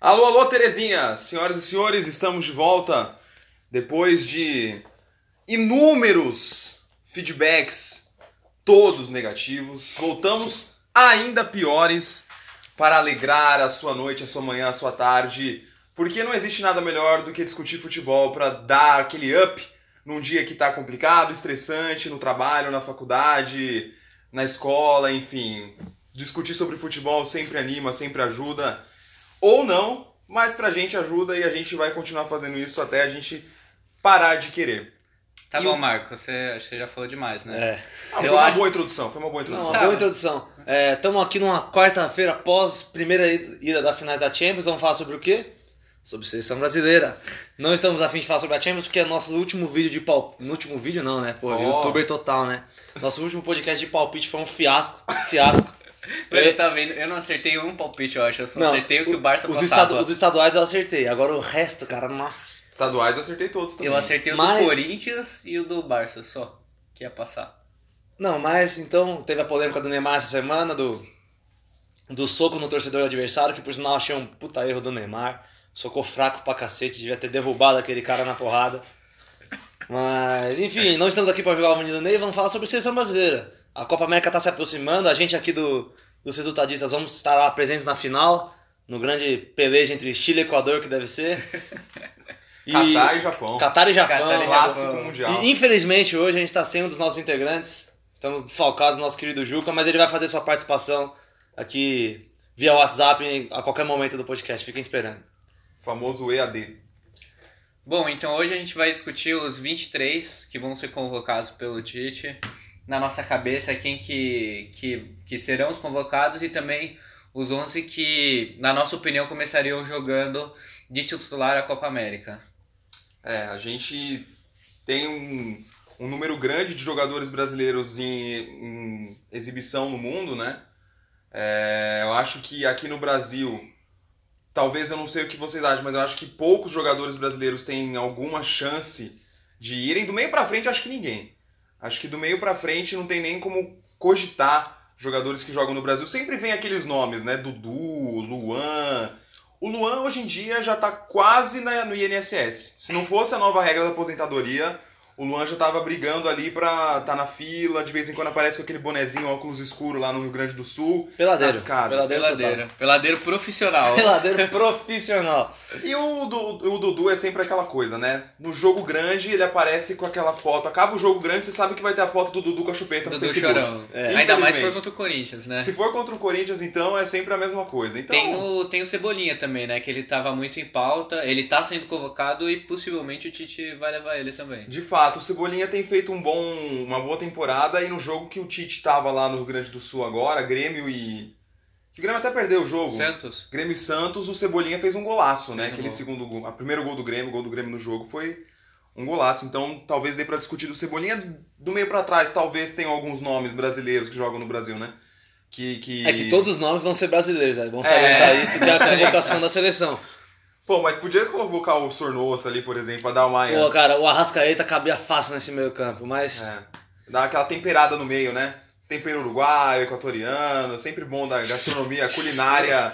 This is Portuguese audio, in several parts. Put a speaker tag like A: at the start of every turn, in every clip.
A: Alô, alô, Terezinha! Senhoras e senhores, estamos de volta depois de inúmeros feedbacks, todos negativos. Voltamos ainda piores para alegrar a sua noite, a sua manhã, a sua tarde, porque não existe nada melhor do que discutir futebol para dar aquele up num dia que tá complicado, estressante, no trabalho, na faculdade, na escola, enfim. Discutir sobre futebol sempre anima, sempre ajuda ou não, mas pra gente ajuda e a gente vai continuar fazendo isso até a gente parar de querer.
B: Tá
A: E
B: bom,
A: o-
B: Marco, você, acho que você já falou demais, né?
C: É,
A: Ah, foi
B: Eu
A: uma
B: acho-
A: boa introdução, foi uma boa introdução.
C: uma
B: Tá.
C: boa introdução. Estamos aqui numa quarta-feira após primeira ida da final da Champions. Vamos falar sobre o quê? Sobre seleção brasileira. Não estamos afim de falar sobre a Champions porque é nosso último vídeo de palpite. No último vídeo, não, né? Pô,
A: Ó.
C: youtuber total, né? Nosso último podcast de palpite foi um fiasco. Fiasco.
B: Eu, tá vendo, eu não acertei um palpite, eu acho. Eu só acertei o que o Barça
C: os,
B: passava.
C: estadu- os estaduais eu acertei. Agora o resto, cara, nossa.
A: Estaduais eu acertei todos também.
B: Eu acertei o
C: Mas-
B: do Corinthians e o do Barça só, que ia passar.
C: Não, mas então teve a polêmica do Neymar essa semana, do, do soco no torcedor adversário, que por sinal achei um puta erro do Neymar. Socou fraco pra cacete, devia ter derrubado aquele cara na porrada. Mas, enfim, não estamos aqui pra jogar o Menino Ney, vamos falar sobre seleção brasileira. A Copa América tá se aproximando, a gente aqui do, dos resultadistas vamos estar lá presentes na final, no grande peleja entre Chile e Equador, que deve ser. E
A: Catar e Japão.
C: Catar e Japão.
B: Catar e Japão.
A: Clássico mundial.
C: E, infelizmente hoje a gente está sem um dos nossos integrantes. Estamos desfalcados do nosso querido Juca, mas ele vai fazer sua participação aqui via WhatsApp a qualquer momento do podcast. Fiquem esperando.
A: Famoso EAD.
B: Bom, então hoje a gente vai discutir os 23 que vão ser convocados pelo Tite. Na nossa cabeça, quem que, que, que serão os convocados e também os 11 que, na nossa opinião, começariam jogando de titular a Copa América.
A: É, a gente tem um, um número grande de jogadores brasileiros em, em exibição no mundo, né? É, eu acho que aqui no Brasil, talvez eu não sei o que vocês acham, mas eu acho que poucos jogadores brasileiros têm alguma chance de irem. Do meio pra frente, eu acho que ninguém. Acho que do meio pra frente não tem nem como cogitar jogadores que jogam no Brasil. Sempre vem aqueles nomes, né? Dudu, Luan. O Luan hoje em dia já tá quase na, no INSS. Se não fosse a nova regra da aposentadoria, o Luan já tava brigando ali pra tá na fila. De vez em quando aparece com aquele bonezinho, óculos escuro lá no Rio Grande do Sul.
C: Peladeiro.
A: Nas casas.
C: Peladeiro, total.
B: Peladeiro profissional.
C: Peladeiro profissional.
A: E o, Du- o Dudu é sempre aquela coisa, né? No jogo grande ele aparece com aquela foto. Acaba o jogo grande, você sabe que vai ter a foto do Dudu com a chupeta no
B: Dudu
A: Facebook.
B: Chorão.
A: É.
B: Ainda mais
A: Infelizmente.
B: se for contra o Corinthians, né?
A: Se for contra o Corinthians, então é sempre a mesma coisa. Então,
B: Tem, um o, tem o Cebolinha também, né? Que ele tava muito em pauta, ele tá sendo convocado e possivelmente o Tite vai levar ele também.
A: de fato, o Cebolinha tem feito um bom, uma boa temporada e no jogo que o Tite tava lá no Rio Grande do Sul agora, Grêmio e. que O Grêmio até perdeu o jogo.
B: Santos?
A: Grêmio e Santos, o Cebolinha fez um golaço, né?
B: Fez um
A: Aquele
B: gol.
A: segundo gol, a primeiro gol do Grêmio, o gol do Grêmio no jogo foi um golaço. Então, talvez dê pra discutir do Cebolinha do meio pra trás, talvez tenha alguns nomes brasileiros que jogam no Brasil, né? Que que
C: É que todos os nomes vão ser brasileiros, é bom
A: É.
C: salientar isso que é a convocação da seleção.
A: Pô, mas podia colocar o Sornosa ali, por exemplo, pra dar uma
C: Pô, cara, o Arrascaeta cabia fácil nesse meio campo, mas
A: é, dar aquela temperada no meio, né? Tempero uruguaio, equatoriano, sempre bom da gastronomia culinária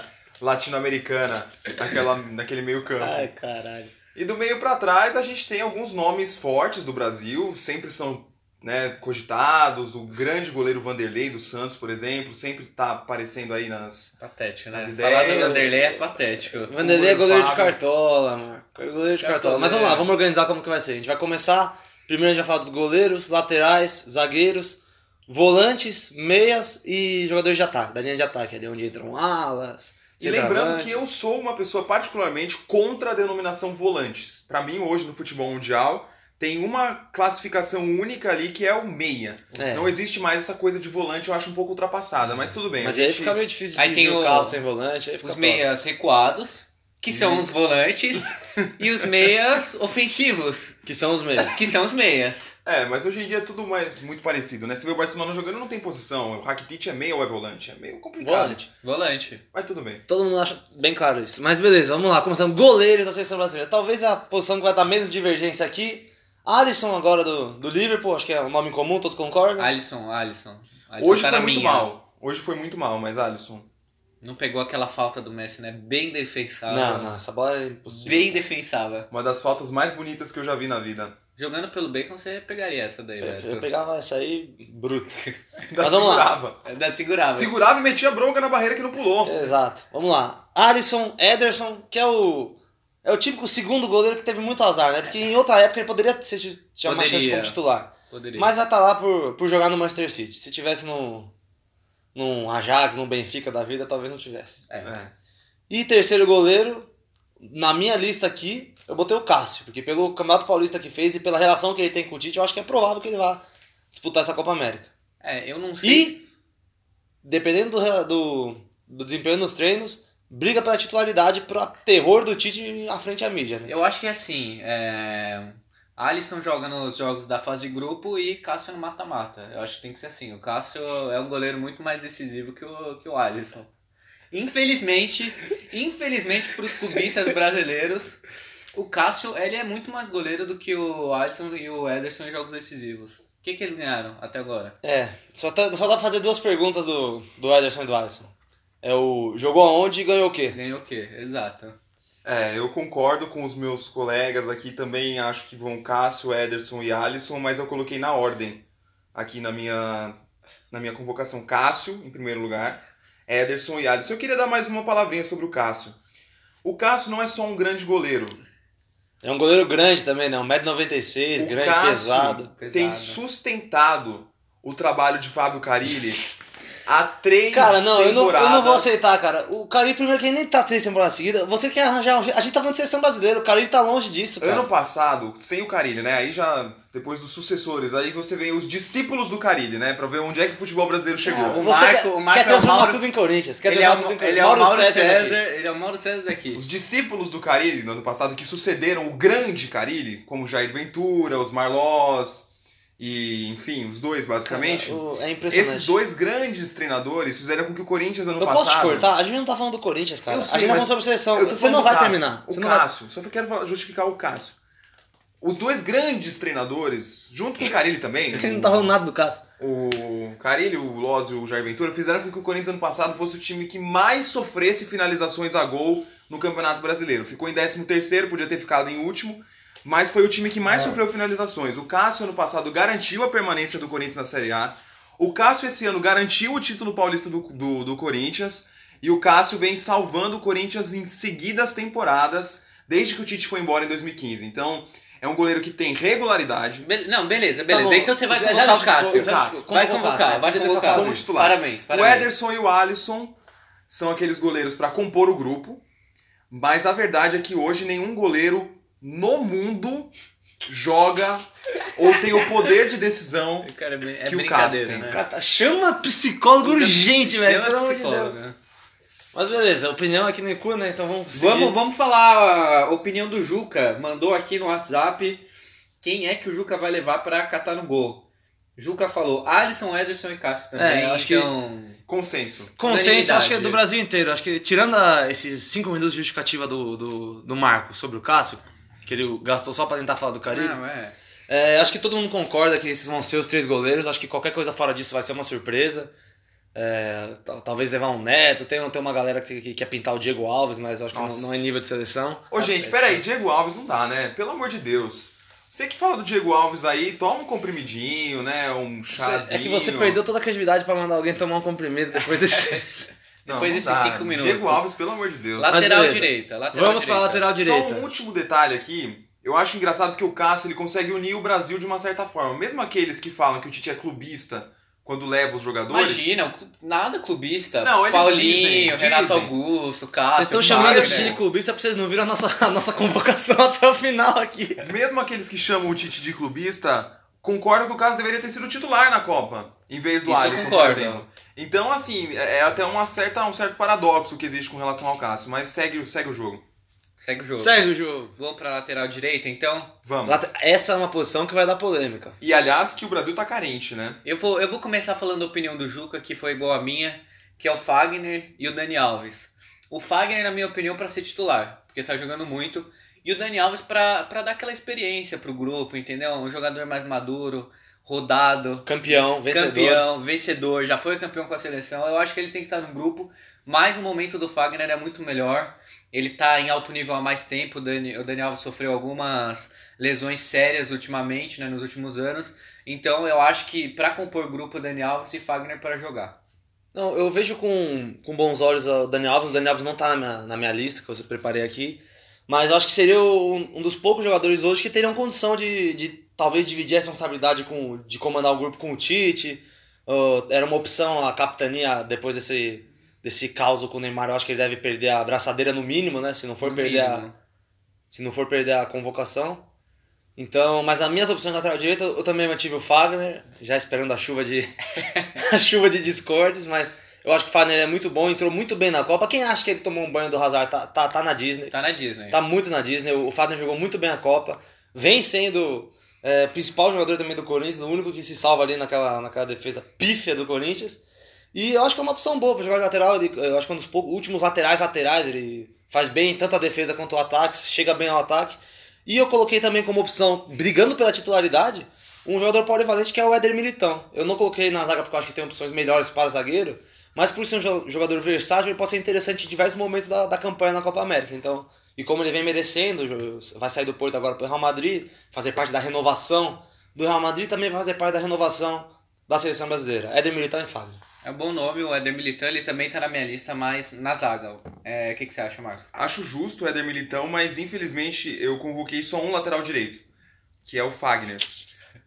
A: latino-americana, naquela naquele meio-campo.
C: ai, caralho.
A: E do meio pra trás a gente tem alguns nomes fortes do Brasil, sempre são né, cogitados. O grande goleiro Vanderlei do Santos, por exemplo, sempre tá aparecendo aí nas.
B: Patético, né?
A: As
B: Falar do
A: ideias-
B: Vanderlei é patético.
C: Vanderlei é goleiro de
A: Fábio.
C: cartola, mano. É Goleiro de
B: Cartola.
C: cartola. Mas vamos lá, vamos organizar como que vai ser. A gente vai começar. Primeiro a gente vai falar dos goleiros, laterais, zagueiros, volantes, meias e jogadores de ataque, da linha de ataque, ali é onde entram alas.
A: E lembrando
C: centroavantes.
A: que eu sou uma pessoa particularmente contra a denominação volantes. Pra mim, hoje no futebol mundial, tem uma classificação única ali que é o meia.
C: É.
A: Não existe mais essa coisa de volante, eu acho um pouco ultrapassada, mas tudo bem.
C: Mas
A: a
C: aí
A: gente-
C: fica meio difícil de
B: Aí
C: dirigir
B: tem
C: o
B: o-
C: carro sem volante, aí fica
B: Os
C: top.
B: meias recuados, que são os volantes, e os meias ofensivos,
C: Que são os meias.
B: que são os meias.
A: É, mas hoje em dia é tudo mais, muito parecido, né? Você vê o Barcelona jogando, não tem posição. O Rakitic é meia ou é volante? É meio complicado.
C: Volante.
B: Volante.
A: Mas tudo bem.
C: Todo mundo acha bem claro isso. Mas beleza, vamos lá. Começando goleiros da seleção brasileira. Talvez a posição que vai estar menos divergência aqui. Alisson agora do, do Liverpool, acho que é um nome comum, todos concordam.
B: Alisson, Alisson. Alisson
A: Hoje
C: é
B: tá
A: foi
B: na
A: muito
B: minha.
A: mal. Hoje foi muito mal, mas Alisson.
B: Não pegou aquela falta do Messi, né? Bem defensável.
C: Não, não, essa bola é impossível.
B: Bem defensável.
A: Uma das faltas mais bonitas que eu já vi na vida.
B: Jogando pelo Bacon, você pegaria essa daí,
C: É,
B: né?
C: Eu,
B: velho.
C: eu pegava essa aí bruto.
A: Ainda
C: Mas vamos lá.
A: segurava.
B: Da é, né, segurava.
A: Segurava e metia bronca na barreira que não pulou.
C: Exato. Vamos lá. Alisson, Ederson, que é o. É o típico segundo goleiro que teve muito azar, né? Porque em outra época ele poderia ser, tinha uma chance
B: Poderia.
C: como titular.
B: Poderia.
C: Mas vai estar lá por, por jogar no Manchester City. Se tivesse no. Num Ajax, num Benfica da vida, talvez não tivesse.
B: É.
A: É.
C: E terceiro goleiro, na minha lista aqui, eu botei o Cássio, porque pelo Campeonato Paulista que fez e pela relação que ele tem com o Tite, eu acho que é provável que ele vá disputar essa Copa América.
B: É, eu não sei.
C: E, dependendo do, re- do, do desempenho nos treinos, briga pela titularidade pro terror do Tite à frente à mídia, né?
B: Eu acho que é assim. É... Alisson joga nos jogos da fase de grupo e Cássio no mata-mata. Eu acho que tem que ser assim. O Cássio é um goleiro muito mais decisivo que o, que o Alisson. Infelizmente, infelizmente pros cubistas brasileiros, o Cássio ele é muito mais goleiro do que o Alisson e o Ederson em jogos decisivos. O que, que eles ganharam até agora?
C: É, só, tá- só dá pra fazer duas perguntas do, do Ederson e do Alisson. É o jogou aonde e ganhou o quê?
B: Ganhou o quê? Exato.
A: É, eu concordo com os meus colegas aqui também. Acho que vão Cássio, Ederson e Alisson, mas eu coloquei na ordem aqui na minha, na minha convocação. Cássio, em primeiro lugar, Ederson e Alisson. Eu queria dar mais uma palavrinha sobre o Cássio. O Cássio não é só um grande goleiro.
C: É um goleiro grande também, né? 1,96m,
A: O
C: grande,
A: Cássio
C: pesado. né?
A: tem
B: Pesado.
A: sustentado o trabalho de Fábio Carilli há três
C: Cara, não eu, não, eu
A: temporadas.
C: não vou aceitar, cara. O Carilho, primeiro que ele nem tá três temporadas seguidas. Você quer arranjar um... jeito- A gente tá falando de seleção brasileira, o Carilho tá longe disso, cara.
A: Ano passado, sem o Carilli, né? Aí já, depois dos sucessores, aí você vê os discípulos do Carilli, né? Pra ver onde é que o futebol brasileiro chegou.
C: Cara,
B: o
C: você
B: Marco-
C: quer,
B: o Marco
C: quer
B: é o
C: transformar
B: Mauro-
C: tudo em Corinthians. Quer
B: Ele é,
C: transformar
B: o,
C: tudo em
B: ele
C: Corinthians.
B: é o Mauro César,
C: daqui.
B: ele é o Mauro César daqui.
A: Os discípulos do Carilli no ano passado, que sucederam o grande Carilli, como Jair Ventura, os Marlós e, enfim, os dois, basicamente.
C: Cara, o- é impressionante.
A: Esses dois grandes treinadores fizeram com que o Corinthians ano
C: Eu
A: passado...
C: posso te cortar? A gente não tá falando do Corinthians, cara.
A: Eu
C: a
A: sei,
C: gente tá falando
A: mas
C: sobre seleção.
A: eu tô
C: Você
A: falando
C: não
A: do
C: vai
A: Cássio.
C: terminar.
A: O
C: Você não vai...
A: Cássio. Só que eu quero falar- justificar o Cássio. Os dois grandes treinadores, junto com o Carilli também,
C: Ele não tá falando nada do Cássio.
A: o Carilli, o Loz e o Jair Ventura, fizeram com que o Corinthians ano passado fosse o time que mais sofresse finalizações a gol no Campeonato Brasileiro. Ficou em 13º, podia ter ficado em último, mas foi o time que mais sofreu finalizações. O Cássio ano passado garantiu a permanência do Corinthians na Série A. O Cássio esse ano garantiu o título paulista do, do, do Corinthians. E o Cássio vem salvando o Corinthians em seguidas temporadas, desde que o Tite foi embora em 2015. Então, é um goleiro que tem regularidade,
B: Be- não, beleza,
C: Tá
B: beleza.
C: bom.
B: então você vai
C: Já-
B: convocar
C: já
B: o Cássio.
A: justificou, já
C: justificou.
B: Vai
C: Convoca o
B: convocar,
C: Cássio,
B: vai
C: convoca o
B: convocar.
A: como titular.
B: Parabéns,
A: O
B: parabéns.
A: Ederson e o Alisson são aqueles goleiros para compor o grupo, mas a verdade é que hoje nenhum goleiro no mundo joga ou tem o poder de decisão.
B: O cara é, brin- é
A: Que o Cássio
B: brincadeira,
A: tem,
B: né?
A: o
C: Cara, tá- Chama psicólogo urgente,
B: Chama
C: velho. Pelo amor de
B: psicólogo,
C: Deus.
B: né?
C: Mas beleza, opinião aqui no Icu, né? Então vamos seguir.
B: Vamos, vamos falar a opinião do Juca. Mandou aqui no WhatsApp quem é que o Juca vai levar pra catar no gol. Juca falou Alisson, Ederson e Cássio também.
C: É, eu acho que-
B: então...
A: Consenso.
C: Consenso, acho que é
B: Unanimidade.
C: do Brasil inteiro. Acho que tirando a- esses cinco minutos de justificativa do, do, do Marco sobre o Cássio, que ele gastou só pra tentar falar do Carilho.
B: Não, é.
C: É, acho que todo mundo concorda que esses vão ser os três goleiros. Acho que qualquer coisa fora disso vai ser uma surpresa. É, tal- talvez levar um neto. Tem, tem uma galera que, que quer pintar o Diego Alves, mas acho que não,
A: Nossa.
C: não é nível de seleção.
A: Ô, gente, peraí, Diego Alves não dá, né? Pelo amor de Deus. Você que fala do Diego Alves aí, toma um comprimidinho, né? Um
C: Cê-
A: chazinho.
C: É que você perdeu toda a credibilidade pra mandar alguém tomar um comprimido depois desse.
A: Não,
B: Depois
A: não
B: desses
A: dá.
B: cinco minutos.
A: Diego Alves, pelo amor de Deus.
C: Mas
B: Lateral
C: beleza.
B: direita, lateral
C: Vamos pra
B: direita.
C: lateral
A: Só um
C: direita.
A: último detalhe aqui. Eu acho engraçado porque o Cássio ele consegue unir o Brasil de uma certa forma. Mesmo aqueles que falam que o Tite é clubista quando leva os jogadores.
B: Imagina, o clu- nada clubista.
A: Não, eles
B: Paulinho,
A: dizem,
B: Renato
A: dizem.
B: Augusto, Cássio.
C: Vocês estão chamando o
B: Wagner.
A: Wagner.
C: Tite de clubista pra vocês não viram a nossa, a nossa convocação até o final aqui.
A: Mesmo aqueles que chamam o Tite de clubista concordam que o Cássio deveria ter sido titular na Copa, em vez do
B: Isso eu
A: Alisson, por
B: concordo.
A: exemplo. Então, assim, é é até uma certa, um certo paradoxo que existe com relação ao Cássio, mas segue, segue o jogo.
B: Segue o jogo.
C: Segue o jogo.
B: Vamos pra lateral direita, então.
A: Vamos.
C: Late- Essa é uma posição que vai dar polêmica.
A: E aliás, que o Brasil tá carente, né?
B: Eu vou, eu vou começar falando a opinião do Juca, que foi igual a minha, que é o Fagner e o Dani Alves. O Fagner, na minha opinião, pra ser titular, porque tá jogando muito. E o Dani Alves pra, pra dar aquela experiência pro grupo, entendeu? Um jogador mais maduro, rodado.
C: Campeão, vencedor.
B: campeão, vencedor, já foi campeão com a seleção. Eu acho que ele tem que estar no grupo Mas o momento do Fagner é muito melhor. Ele tá em alto nível há mais tempo. O Dani, o Dani Alves sofreu algumas lesões sérias ultimamente, né, nos últimos anos. Então eu acho que para compor grupo, Dani Alves e Fagner para jogar.
C: Não, eu vejo com, com bons olhos o Dani Alves. O Dani Alves não tá na minha, na minha lista que eu preparei aqui. Mas eu acho que seria um, um dos poucos jogadores hoje que teriam condição de, de talvez dividir a responsabilidade com, de comandar o grupo com o Tite. Uh, era uma opção a capitania depois desse, desse caos com o Neymar. Eu acho que ele deve perder a abraçadeira no mínimo, né? Se não for,
B: No
C: perder a,
B: mínimo.
C: se não for perder a convocação. Então, mas as minhas opções de lateral direita, eu também mantive o Fagner, já esperando a chuva de a chuva de discordes, mas eu acho que o Fagner é muito bom, entrou muito bem na Copa. Quem acha que ele tomou um banho do Hazard tá, tá, tá na Disney.
B: Tá na Disney.
C: Tá muito na Disney. O Fagner jogou muito bem a Copa. Vem sendo é, principal jogador também do Corinthians, o único que se salva ali naquela, naquela defesa pífia do Corinthians. E eu acho que é uma opção boa para jogar de lateral. Ele, eu acho que é um dos poucos, últimos laterais laterais. Ele faz bem tanto a defesa quanto o ataque, chega bem ao ataque. E eu coloquei também como opção, brigando pela titularidade, um jogador polivalente que é o Éder Militão. Eu não coloquei na zaga porque eu acho que tem opções melhores para zagueiro, mas por ser um jo- jogador versátil, ele pode ser interessante em diversos momentos da, da campanha na Copa América. Então, e como ele vem merecendo, jo- vai sair do Porto agora para o Real Madrid, fazer parte da renovação do Real Madrid, também vai fazer parte da renovação da seleção brasileira. Éder Militão e Fábio.
B: É um bom nome, o Éder Militão, ele também tá na minha lista, mas na zaga. É, O que, que você acha, Marco?
A: Acho justo o Éder Militão, mas infelizmente eu convoquei só um lateral direito, que é o Fagner.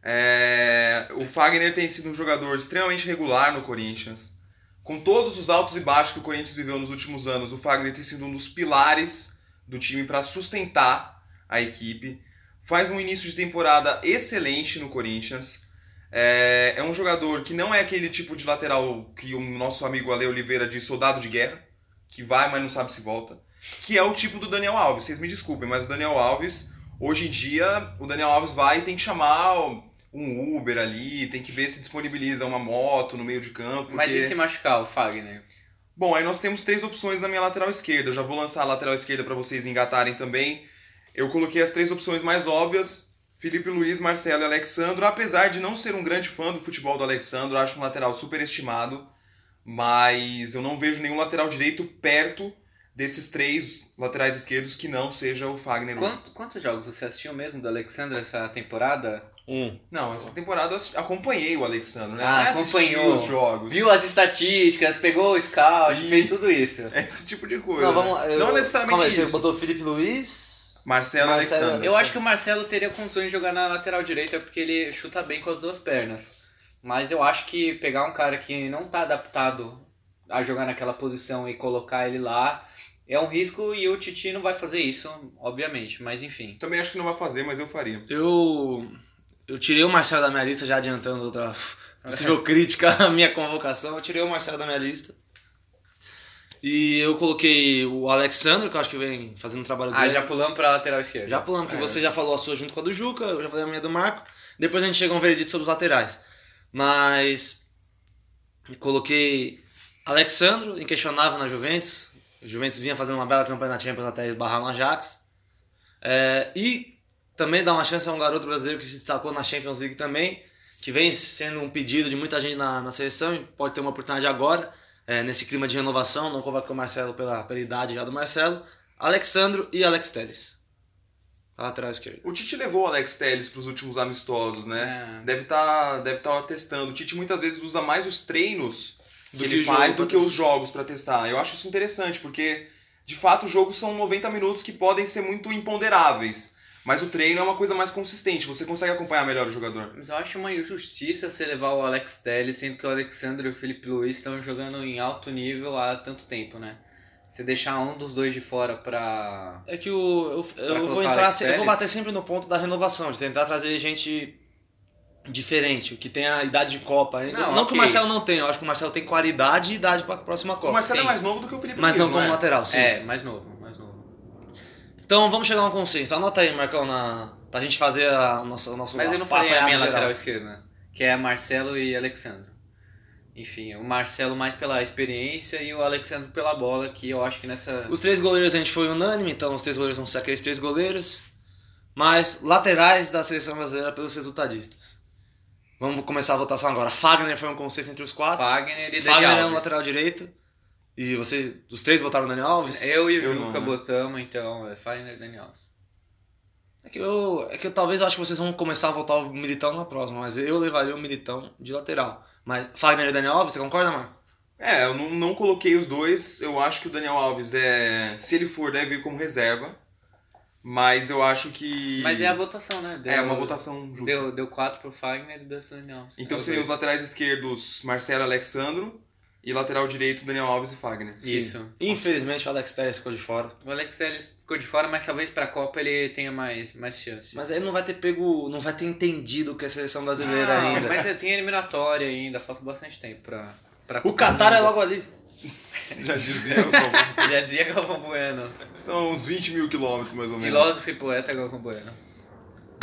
A: É, o Fagner tem sido um jogador extremamente regular no Corinthians. Com todos os altos e baixos que o Corinthians viveu nos últimos anos, o Fagner tem sido um dos pilares do time para sustentar a equipe. Faz um início de temporada excelente no Corinthians. É, é um jogador que não é aquele tipo de lateral que o nosso amigo Ale Oliveira diz soldado de guerra, que vai, mas não sabe se volta. Que é o tipo do Daniel Alves. Vocês me desculpem, mas o Daniel Alves, hoje em dia, o Daniel Alves vai e tem que chamar um Uber ali, tem que ver se disponibiliza uma moto no meio de campo.
B: Mas
A: porque-
B: e se machucar o Fagner?
A: Bom, aí nós temos três opções na minha lateral esquerda. Eu já vou lançar a lateral esquerda para vocês engatarem também. Eu coloquei as três opções mais óbvias: Felipe Luiz, Marcelo e Alexandro. Apesar de não ser um grande fã do futebol do Alexandro, acho um lateral superestimado, mas eu não vejo nenhum lateral direito perto desses três laterais esquerdos que não seja o Fagner. Luiz.
B: Quanto- quantos jogos você assistiu mesmo do Alexandre essa temporada?
C: Um.
A: Não, essa temporada eu assi- acompanhei o Alexandro, né?
B: Ah,
A: Não é assistir
B: acompanhou.
A: os jogos.
B: Viu as estatísticas, pegou o scout,
A: Ih.
B: fez tudo isso.
A: Esse tipo de coisa.
C: Não, vamos lá.
A: né?
C: eu-
A: Não necessariamente
C: calma aí,
A: isso.
C: Você botou Felipe Luiz.
A: Marcelo, e
C: Marcelo-
A: Alexandro.
B: Eu acho que o Marcelo teria condições de jogar na lateral direita porque ele chuta bem com as duas pernas. Mas eu acho que pegar um cara que não tá adaptado a jogar naquela posição e colocar ele lá é um risco e o Titi não vai fazer isso, obviamente. Mas enfim.
A: Também acho que não vai fazer, mas eu faria.
C: Eu. Eu tirei o Marcelo da minha lista, já adiantando outra
B: É.
C: possível crítica à minha convocação. Eu tirei o Marcelo da minha lista. E eu coloquei o Alexandre, que eu acho que vem fazendo um trabalho
B: Ah, já É. pulamos pra lateral esquerda.
C: Já pulamos, porque você já falou a sua junto com a do Juca, eu já falei a minha do Marco. Depois a gente chega a um veredito sobre os laterais. Mas. eu Coloquei Alexandro, inquestionável na Juventus. O Juventus vinha fazendo uma bela campanha na Champions até esbarrar no Ajax. É, e também dá uma chance a um garoto brasileiro que se destacou na Champions League também, que vem sendo um pedido de muita gente na, na seleção e pode ter uma oportunidade agora, é, nesse clima de renovação. Não convocou o Marcelo pela, pela idade já do Marcelo. Alexandro e Alex Telles. A lateral esquerda.
A: O Tite levou o Alex Telles para os últimos amistosos, né?
B: É.
A: Deve estar deve tá testando. O Tite muitas vezes usa mais os treinos
C: Do
A: que
C: que
A: ele
C: o jogo
A: faz
C: pra
A: do que os
C: testar.
A: jogos para testar. Eu acho isso interessante, porque de fato os jogos são 90 minutos que podem ser muito imponderáveis. Mas o treino é uma coisa mais consistente, você consegue acompanhar melhor o jogador.
B: Mas eu acho uma injustiça você levar o Alex Telles, sendo que o Alexandre e o Felipe Luiz estão jogando em alto nível há tanto tempo, né? Você deixar um dos dois de fora pra.
C: É que o, eu, eu vou
B: colocar
C: entrar,
B: Alex
C: se- eu vou
B: Telles?
C: bater sempre no ponto da renovação, de tentar trazer gente diferente, que tem a idade de Copa ainda.
B: Não,
C: Não, que
B: ok.
C: o Marcelo não tenha, eu acho que o Marcelo tem qualidade e idade para a próxima Copa.
A: O Marcelo
B: sim.
A: é mais novo do que o Felipe
C: Mas
A: Luiz,
C: não como
A: é?
C: lateral, sim.
B: É, mais novo, mais novo.
C: Então vamos chegar a um consenso. Anota aí, Marcão, na... pra gente fazer a, o nosso, o nosso
B: Mas eu não falei a
C: apanhado
B: minha
C: geral.
B: lateral esquerda, que é Marcelo e Alexandro. Enfim, o Marcelo mais pela experiência e o Alexandro pela bola, que eu acho que nessa.
C: Os três goleiros a gente foi unânime, então os três goleiros vão ser aqueles três goleiros. Mas laterais da seleção brasileira pelos resultadistas. Vamos começar a votação agora. Fagner foi um consenso entre os quatro.
B: Fagner e Daniel.
C: Fagner é um
B: Alves.
C: lateral direito. E vocês, os três botaram o Daniel Alves?
B: Eu e
A: Eu
B: o
A: não,
B: Juca
A: né?
B: botamos, então, é Fagner Daniel Alves.
C: É que eu, é que eu talvez eu acho que vocês vão começar a voltar o Militão na próxima, mas eu levaria o Militão de lateral. Mas Fagner e Daniel Alves, você concorda, Marco?
A: É, eu não, não coloquei os dois. Eu acho que o Daniel Alves é. Se ele for, deve vir como reserva. Mas eu acho que.
B: Mas é a votação, né? Deu-
A: É uma votação justa.
B: Deu, deu 4 pro Fagner e 2 pro Daniel Alves.
A: Então
B: É
A: seriam os
B: dois.
A: laterais esquerdos Marcelo Alexandro e lateral direito Daniel Alves e Fagner.
B: Isso.
C: Infelizmente o Alex Telles ficou de fora.
B: O Alex Telles ficou de fora, mas talvez pra Copa ele tenha mais, mais chance.
C: Mas aí não vai ter pego, não vai ter entendido o que é a seleção brasileira
B: Não,
C: ainda.
B: Mas é, tem eliminatória ainda, falta bastante tempo pra. pra
C: O Qatar é logo ali.
A: Já dizia, bom,
B: Já dizia Galvão Bueno.
C: Tá
A: são uns 20 mil quilômetros mais ou menos.
B: Filósofo e poeta Galvão Bueno.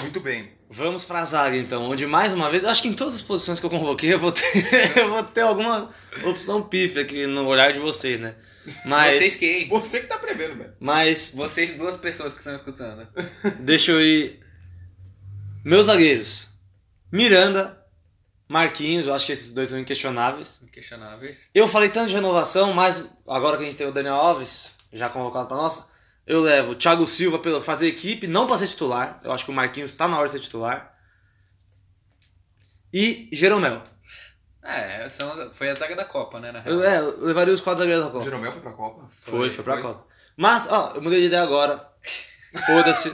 A: Muito bem.
C: Vamos pra zaga então, onde mais uma vez, eu acho que em todas as posições que eu convoquei eu vou ter, eu vou ter alguma opção pífia aqui no olhar de vocês, né? Mas,
B: Vocês quem?
A: Você que tá prevendo, velho.
C: mas
B: Vocês duas pessoas que estão escutando.
C: deixa eu ir. Meus zagueiros: Miranda, Marquinhos, eu acho que esses dois são inquestionáveis.
B: Inquestionáveis.
C: Eu falei tanto de renovação, mas agora que a gente tem o Daniel Alves, já convocado pra nossa, eu levo o Thiago Silva pra fazer equipe, não pra ser titular. Eu acho que o Marquinhos tá na hora de ser titular. E Jeromel.
B: É, são, as- foi a zaga da Copa, né? Na real.
C: Eu, é, eu levaria os quatro zagueiros da
A: O
C: Copa.
A: Jeromel foi pra Copa?
C: Foi, foi pra Copa. Mas, ó, eu mudei de ideia agora. Foda-se.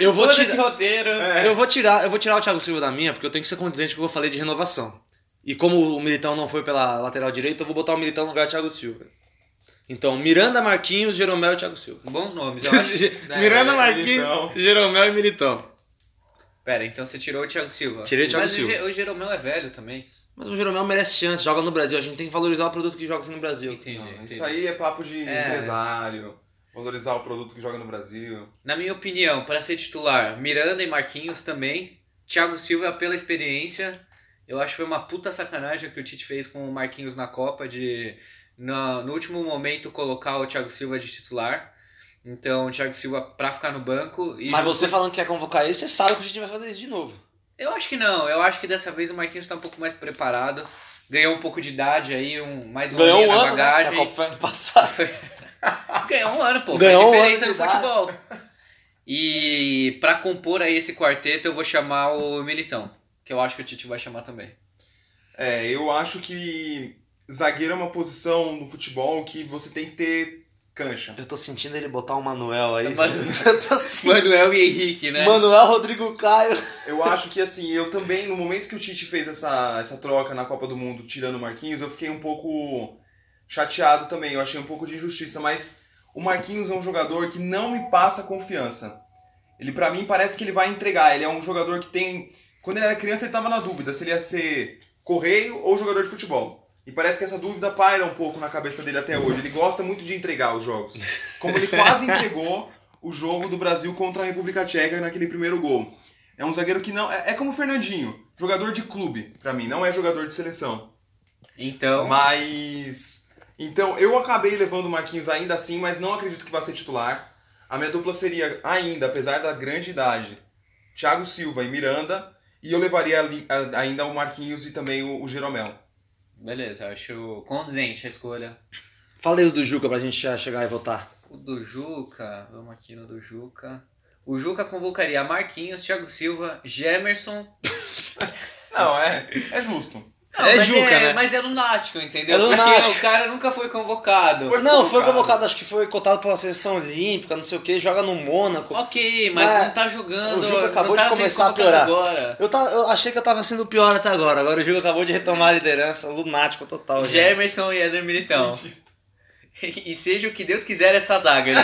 C: Eu vou É.
B: Foda-se
C: tirar.
B: roteiro.
C: Eu vou tirar, eu vou tirar o Thiago Silva da minha, porque eu tenho que ser condizente com o que eu falei de renovação. E como o Militão não foi pela lateral direita, eu vou botar o Militão no lugar do Thiago Silva. Então, Miranda, Marquinhos, Jeromel e Thiago Silva.
B: Bons nomes, eu acho.
C: Ge-
A: Não,
C: Miranda,
A: é
C: Marquinhos,
A: Militão.
C: Jeromel e Militão.
B: Pera, então você tirou o Thiago Silva.
C: Tirei o Thiago
B: Mas
C: Silva.
B: Ge- o Jeromel é velho também.
C: Mas o Jeromel merece chance, joga no Brasil. A gente tem que valorizar o produto que joga aqui no Brasil.
B: Entendi.
A: Não,
B: entendi.
A: isso aí é papo de
B: É.
A: empresário, valorizar o produto que joga no Brasil.
B: Na minha opinião, para ser titular, Miranda e Marquinhos também. Thiago Silva, pela experiência, eu acho que foi uma puta sacanagem que o Tite fez com o Marquinhos na Copa de, na- no último momento, colocar o Thiago Silva de titular. Então, o Thiago Silva pra ficar no banco. E
C: Mas você falando que quer convocar ele, você sabe que a gente vai fazer isso de novo.
B: Eu acho que não. Eu acho que dessa vez o Marquinhos tá um pouco mais preparado. Ganhou um pouco de idade aí, um, mais um
C: Ganhou
B: aninho
C: um
B: na
C: ano, né? Porque
B: bagagem.
C: a Copa foi ano passado.
B: Ganhou um ano, pô.
C: Ganhou um
B: Faz diferença
C: ano
B: no
C: de idade.
B: futebol. E pra compor aí esse quarteto, eu vou chamar o Militão. Que eu acho que o Tite vai chamar também.
A: É, eu acho que zagueiro é uma posição no futebol que você tem que ter cancha.
C: Eu tô sentindo ele botar o Manuel aí.
B: Mano-
C: Eu tô sentindo.
B: Manuel e Henrique, né?
C: Manuel Rodrigo Caio.
A: Eu acho que assim, eu também, no momento que o Tite fez essa, essa troca na Copa do Mundo, tirando o Marquinhos, eu fiquei um pouco chateado também. Eu achei um pouco de injustiça, mas o Marquinhos é um jogador que não me passa confiança. Ele, pra mim, parece que ele vai entregar. Ele é um jogador que tem. Quando ele era criança, ele tava na dúvida se ele ia ser correio ou jogador de futebol. E parece que essa dúvida paira um pouco na cabeça dele até hoje. Ele gosta muito de entregar os jogos. Como ele quase entregou o jogo do Brasil contra a República Tcheca naquele primeiro gol. É um zagueiro que não. É, é como o Fernandinho, jogador de clube, pra mim, não é jogador de seleção.
B: Então,
A: Mas. Então, eu acabei levando o Marquinhos ainda assim, mas não acredito que vá ser titular. A minha dupla seria ainda, apesar da grande idade, Thiago Silva e Miranda. E eu levaria ali- a- ainda o Marquinhos e também o, o Jeromel.
B: beleza, acho condizente a escolha.
C: Falei os do Juca pra gente já chegar e votar.
B: O do Juca, vamos aqui no do Juca. O Juca convocaria Marquinhos, Thiago Silva, Gemerson.
A: Não, é, é justo.
C: É
B: mas
C: Juca,
B: é,
C: né?
B: Mas é lunático, entendeu?
C: É lunático.
B: Porque o cara nunca foi convocado.
C: não, foi
A: convocado.
C: convocado, acho que foi cotado pela seleção olímpica, não sei o que, joga no Mônaco.
B: Ok, mas
C: Mas
B: não tá jogando.
C: o Juca
B: não
C: acabou
B: tá
C: de
B: sendo
C: começar a
B: convocado
C: piorar.
B: Agora.
C: Eu, tava, eu achei que eu tava sendo o pior até agora, agora o Juca acabou de retomar a liderança, lunático total. gente.
B: Gemerson e Eder Militão. E seja o que Deus quiser essa zaga. né?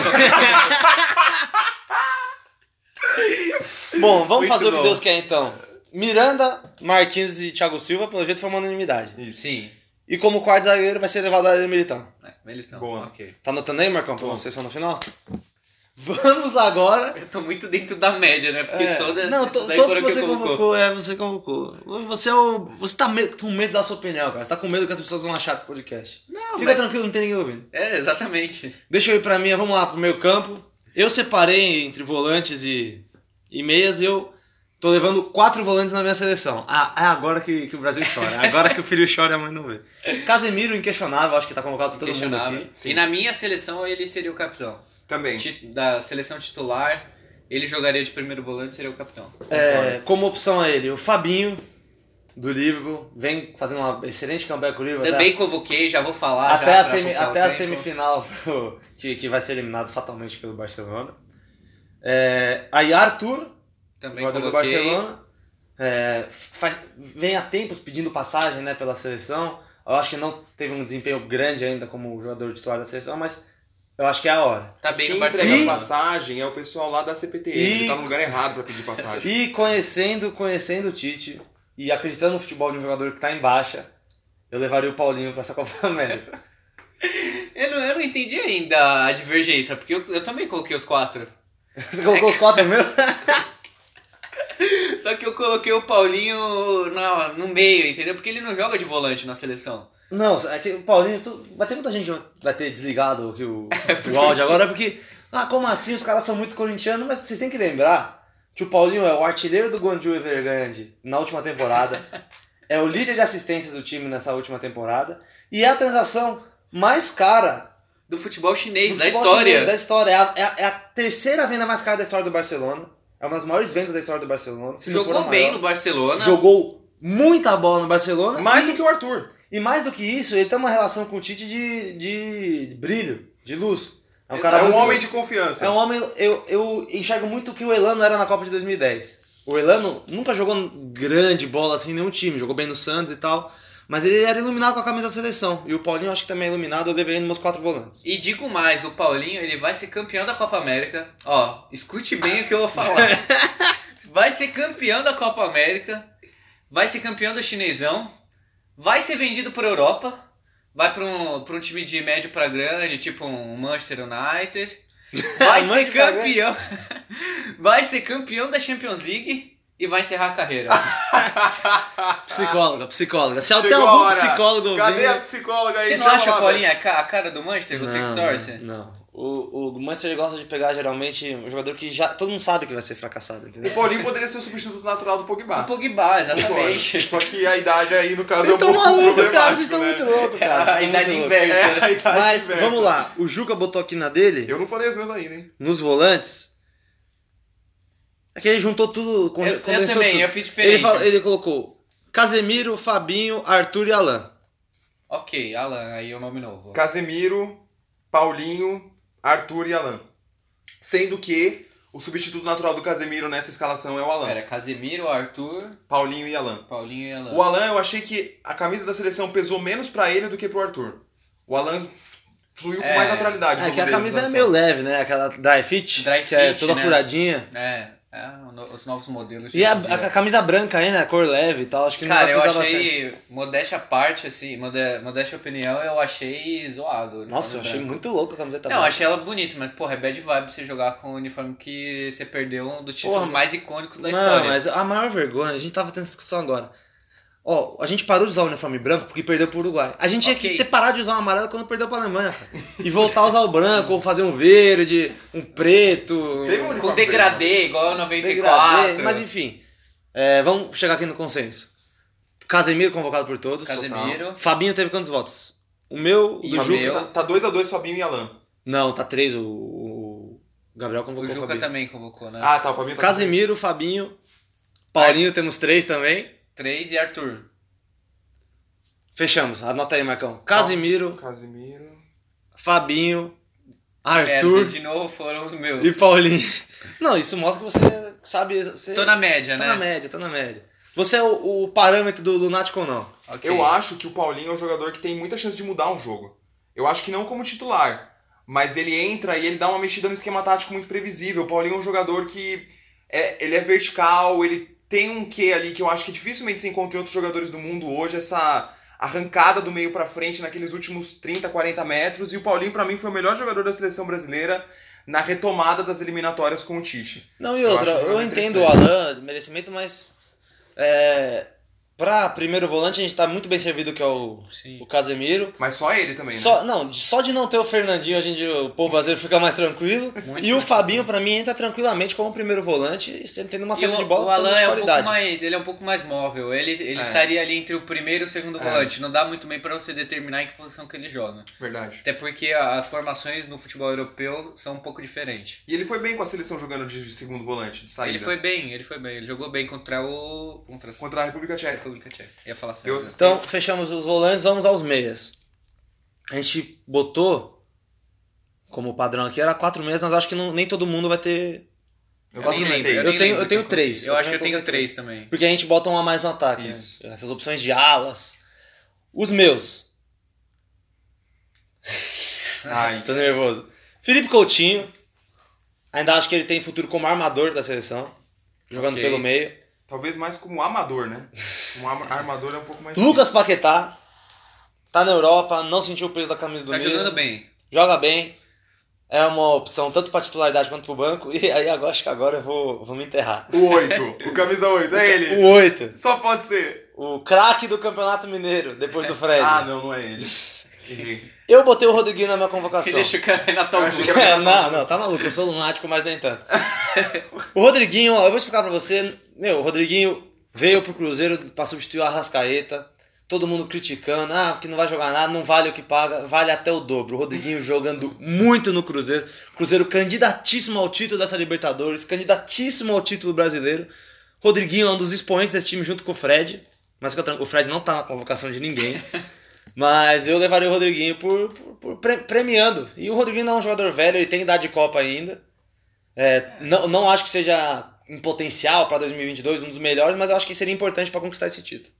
C: Bom, vamos
B: é Muito
C: fazer o que
B: bom.
C: Deus quer então. Miranda, Marquinhos e Thiago Silva, pelo jeito foi uma unanimidade.
A: Isso.
B: Sim.
C: E como quarto zagueiro vai ser levado a Militão.
B: É, Militão.
A: Boa.
B: Ok.
C: Tá anotando aí, Marcão, pra uma sessão no final? Vamos agora
B: Eu tô muito dentro da média, né? Porque
C: É,
B: todas.
C: não,
B: essas
C: to-
B: daí
C: todos que
B: foram
C: você
B: eu
C: convocou.
B: convocou.
C: é, você convocou. Você é o. Você tá me- com medo da sua opinião, cara. Você tá com medo que as pessoas vão achar desse podcast.
B: Não,
C: Fica
B: mas-
C: tranquilo, não tem ninguém ouvindo.
B: É, exatamente.
C: Deixa eu ir pra minha, vamos lá, pro meio campo. Eu separei entre volantes e, e meias, eu Tô levando quatro volantes na minha seleção. Ah, é agora que, que o Brasil chora. É agora que o filho chora e a mãe não vê. Casemiro, inquestionável, acho que tá convocado por todo mundo
B: Questionável.
C: aqui.
B: E na minha seleção ele seria o capitão.
A: Também.
B: Ti- Da seleção titular, ele jogaria de primeiro volante seria o capitão.
C: É, como opção a ele, o Fabinho, do Liverpool, vem fazendo uma excelente comeback com o Liverpool.
B: Também
C: até a-
B: convoquei, já vou falar. já
C: até a,
B: pra
C: semi-
B: poupar o
C: até a
B: tempo.
C: semifinal pro- que, que vai ser eliminado fatalmente pelo Barcelona. É, aí Arthur,
B: Também
C: jogador do
B: convoquei.
C: Barcelona, é, faz- vem há tempos pedindo passagem né, pela seleção. Eu acho que não teve um desempenho grande ainda como jogador titular da seleção, mas eu acho que é a hora.
B: Tá bem
A: Quem
B: no
A: entrega
B: Barcelona.
A: passagem é o pessoal lá da CPTM,
C: E-
A: ele tá no lugar errado pra pedir passagem.
C: E conhecendo, conhecendo o Tite e acreditando no futebol de um jogador que tá em baixa, eu levaria o Paulinho pra essa Copa América.
B: Eu não, eu não entendi ainda a divergência, porque eu, eu também coloquei os quatro.
C: Você colocou os quatro mesmo?
B: Só que eu coloquei o Paulinho na, no meio, entendeu? Porque ele não joga de volante na seleção.
C: Não, é que o Paulinho, tu- vai ter muita gente que vai ter desligado o, que o,
B: É
C: o áudio agora, porque, ah, como assim, os caras são muito corintianos, mas vocês têm que lembrar que o Paulinho é o artilheiro do Guangzhou Evergrande na última temporada, é o líder de assistências do time nessa última temporada, e é a transação mais cara
B: Do futebol chinês,
C: do
B: da
C: futebol
B: história.
C: chinês, Da história. É a, é a- é a terceira venda mais cara da história do Barcelona, é uma das maiores vendas da história do Barcelona, se não for
B: Jogou
C: a
B: bem
C: maior.
B: no Barcelona.
C: Jogou muita bola no Barcelona.
A: Mais
C: e-
A: do que o Arthur.
C: e mais do que isso, ele tem uma relação com o Tite de, de brilho, de luz. É um, cara
A: é um
C: muito-
A: homem de confiança.
C: É um homem. Eu, eu enxergo muito o que o Elano era na Copa de 2010. O Elano nunca jogou grande bola assim em nenhum time, jogou bem no Santos e tal. Mas ele era iluminado com a camisa da seleção. E o Paulinho acho que também é iluminado, eu deveria nos meus quatro volantes.
B: E digo mais, o Paulinho ele vai ser campeão da Copa América. Ó, escute bem o que eu vou falar. Vai ser campeão da Copa América, vai ser campeão do chinesão, vai ser vendido para Europa, vai para um, pra um time de médio para grande, tipo um Manchester United. Vai ser
C: Médio pra
B: campeão. Vai ser campeão da Champions League e vai encerrar a carreira.
C: Psicóloga, psicóloga. Se até
A: Chegou a
C: algum
A: hora.
C: psicólogo.
A: Cadê
C: ouvir-
A: a psicóloga aí?
B: Você não
A: Chama
B: acha,
A: lá,
B: Paulinho, a ca- a cara do Manchester? Você que torce?
C: é Não. O, o Manchester gosta de pegar geralmente um jogador que já. Todo mundo sabe que vai ser fracassado,
A: velho.
C: entendeu?
A: O Paulinho poderia ser o substituto natural do
B: O
A: Pogba.
B: Pogba,
A: Concordo.
B: exatamente.
A: Só que a idade aí, no caso,
C: Vocês
A: é um
C: estão
A: pouco
C: malucos,
A: problemático,
C: cara. Vocês estão
A: né?
C: muito loucos, cara.
B: A
C: Vocês tão muito
B: idade
C: loucos.
B: inversa.
A: É, a idade
C: Mas
A: inversa.
C: vamos lá. O Juca botou aqui na dele,
A: Eu não falei os meus ainda, hein?
C: nos volantes. É que ele juntou tudo. con-
B: Eu- eu
C: condensou
B: também,
C: tudo.
B: eu fiz diferente.
C: Ele, fala- ele colocou Casemiro, Fabinho, Arthur e Alain.
B: Ok, Alan, aí é o nome novo.
A: Casemiro, Paulinho, Arthur e Alan. Sendo que o substituto natural do Casemiro nessa escalação é o Alan.
B: Era Casemiro, Arthur,
A: Paulinho e Alan.
B: Paulinho e Alan.
A: O Alan, eu achei que a camisa da seleção pesou menos pra ele do que pro Arthur. O Alan fluiu com
B: É.
A: mais naturalidade.
C: É
A: no
C: que a
A: modelo
C: camisa
A: da
C: é meio
A: seleção.
C: leve, né? Aquela dry fit.
B: Dry
C: que é
B: fit,
C: toda
B: né?
C: furadinha.
B: É, é o no- os novos modelos. de
C: E a,
B: hoje em dia.
C: a- a camisa branca aí, né? Cor leve e tal. Acho que
B: Cara,
C: não
B: eu
C: vai
B: achei,
C: precisar bastante.
B: modéstia à parte, assim, mode- modéstia à opinião, eu achei zoado.
C: Nossa, eu achei
B: muito.
C: muito louco a tá camiseta
B: Não, eu
C: branca.
B: achei ela bonita, mas, porra, é bad vibe você jogar com o uniforme que você perdeu um dos títulos
C: Porra,
B: mais icônicos da
C: Não,
B: história.
C: mas a maior vergonha, a gente tava tendo essa discussão agora. Ó, a gente parou de usar o uniforme branco porque perdeu pro Uruguai. A gente tinha
B: Ok.
C: que ter parado de usar o amarelo quando perdeu pra Alemanha, cara. E voltar a usar o branco, ou fazer um verde, um preto,
A: Teve um
C: um
B: Com
A: uniforme verde,
B: degradê, igual a
C: degradê,
B: 94.
C: Mas enfim, é, vamos chegar aqui no consenso. Casemiro convocado por todos.
B: Casemiro.
C: Total. Fabinho teve quantos votos? O meu, o
B: E
C: do
B: o
C: Juca.
B: meu.
A: Tá- Tá 2 a 2 Fabinho e Alan.
C: Não, tá três. O, o Gabriel convocou
B: o
C: o,
B: Juca
C: Fabinho.
B: também convocou, né?
A: Ah, tá, o Fabinho tá
C: É. Casemiro, Fabinho, Paulinho, temos três também.
B: Três e Arthur.
C: Fechamos, anota aí, Marcão. Casimiro,
A: Tá. Casemiro.
C: Fabinho,
B: É,
C: Arthur
B: de novo foram os meus.
C: e Paulinho. Não, isso mostra que você sabe. Você
B: Tô na média,
C: tá
B: né?
C: na média, tá na média. Você é o, o parâmetro do Lunático ou não?
B: Ok.
A: Eu acho que o Paulinho é um jogador que tem muita chance de mudar um jogo. Eu acho que não como titular, mas ele entra e ele dá uma mexida no esquema tático muito previsível. O Paulinho é um jogador que é, ele é vertical, ele tem um quê ali que eu acho que dificilmente se encontra em outros jogadores do mundo hoje, essa arrancada do meio pra frente naqueles últimos 30, 40 metros. E o Paulinho, pra mim, foi o melhor jogador da seleção brasileira na retomada das eliminatórias com o Tite.
C: Não, e
A: Eu
C: outra,
A: acho que
C: eu,
A: é
C: entendo o
A: interessante.
C: Alan, merecimento, mas. É, Pra primeiro volante, a gente tá muito bem servido, que é o,
B: Sim.
C: o Casemiro.
A: Mas só ele também, né?
C: Só, não, de- só de não ter o Fernandinho, a gente, o povo brasileiro fica mais tranquilo.
B: Muito
C: e o
B: mais
C: Fabinho, pra mim, entra tranquilamente como primeiro volante, sempre tendo uma
B: E
C: saída
B: o,
C: de bola
B: o Alan
C: totalmente de
B: é um pouco
C: qualidade.
B: mais, ele é um pouco mais móvel. Ele, ele
A: É.
B: estaria ali entre o primeiro e o segundo volante. Não dá muito bem pra você determinar em que posição que ele joga.
A: Verdade.
B: Até porque a- as formações no futebol europeu são um pouco diferentes.
A: E ele foi bem com a seleção jogando de segundo volante, de saída.
B: Ele foi bem, ele foi bem. Ele jogou bem contra o. Contra, a-
A: Contra a República
B: a
A: Tcheca.
B: República Tcheca. Ia falar
A: Deu
B: sério.
A: assistência.
C: Então, fechamos os volantes, vamos aos meias. A gente botou como padrão aqui, era quatro meias, mas acho que não- nem todo mundo vai ter.
A: Eu
B: nem
A: gosto
B: lembro,
A: desse.
C: Eu,
B: nem
C: tenho,
B: lembro
C: eu tenho
B: que-
C: três.
B: Eu acho que eu
C: também
B: tenho
C: coloquei
B: três também.
C: Porque a gente bota um a mais no ataque. né?
A: Isso.
C: Essas opções de alas. Os meus.
A: Ai,
C: Tô nervoso. Felipe Coutinho. Ainda acho que ele tem futuro como armador da seleção. Jogando
B: Ok.
C: pelo meio.
A: talvez mais como amador, né? Um ama- armador é um pouco mais.
C: Lucas Paquetá. Tá na Europa, não sentiu o peso da camisa do
B: Tá
C: Milan.
B: jogando bem.
C: Joga bem. É uma opção tanto pra titularidade quanto pro banco. E aí agora, acho que agora eu vou, vou me enterrar.
A: O 8. O camisa 8. É
C: O
A: ele.
C: 8.
A: Só pode ser.
C: O craque do Campeonato Mineiro, depois do Fred.
A: Ah, não, não é ele. Errei.
C: Eu botei o Rodriguinho na minha
B: E
C: convocação.
B: deixa o cara Renato
A: Eu achei
B: Augusto.
A: que era
C: É, não, não, tá maluco, eu sou lunático, mas nem tanto. o Rodriguinho, ó, eu vou explicar pra você. Meu, o Rodriguinho veio pro Cruzeiro pra substituir o Arrascaeta. Todo mundo criticando, ah, que não vai jogar nada, não vale o que paga, vale até o dobro. O Rodriguinho jogando muito no Cruzeiro. Cruzeiro candidatíssimo ao título dessa Libertadores, candidatíssimo ao título brasileiro. Rodriguinho é um dos expoentes desse time junto com o Fred. Mas fica tranquilo, o Fred não tá na convocação de ninguém. Mas eu levaria o Rodriguinho por, por- por pre- premiando. E o Rodriguinho não é um jogador velho, ele tem idade de Copa ainda. É, não, não acho que seja em potencial para 2022 um dos melhores, mas eu acho que seria importante para conquistar esse título.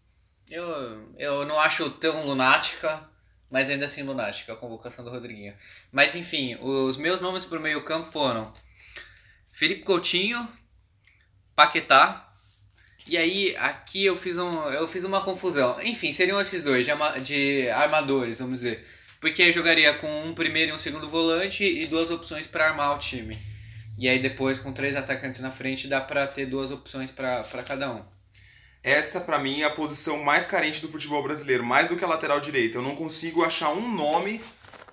B: Eu, eu não acho tão lunática, mas ainda assim lunática a convocação do Rodriguinho. Mas enfim, os meus nomes pro meio campo foram Felipe Coutinho, Paquetá. E aí, aqui eu fiz, um, eu fiz uma confusão. Enfim, seriam esses dois de, ama- de armadores, vamos dizer. Porque eu jogaria com um primeiro e um segundo volante e duas opções para armar o time. E aí depois, com três atacantes na frente, dá pra ter duas opções pra pra cada um.
A: Essa, pra mim, é a posição mais carente do futebol brasileiro, mais do que a lateral direita. Eu não consigo achar um nome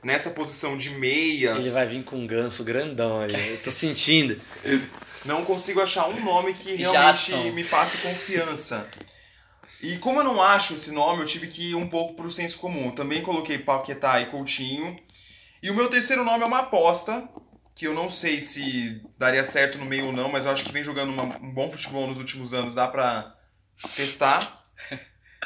A: nessa posição de meias.
C: Ele vai vir com um ganso grandão aí, eu tô sentindo.
A: Não consigo achar um nome que realmente
B: Jadson.
A: me passe confiança. E como eu não acho esse nome, eu tive que ir um pouco pro senso comum. Eu Também coloquei Paquetá e Coutinho. E o meu terceiro nome é uma aposta, que eu não sei se daria certo no meio ou não, mas eu acho que vem jogando uma- um bom futebol nos últimos anos, dá pra testar.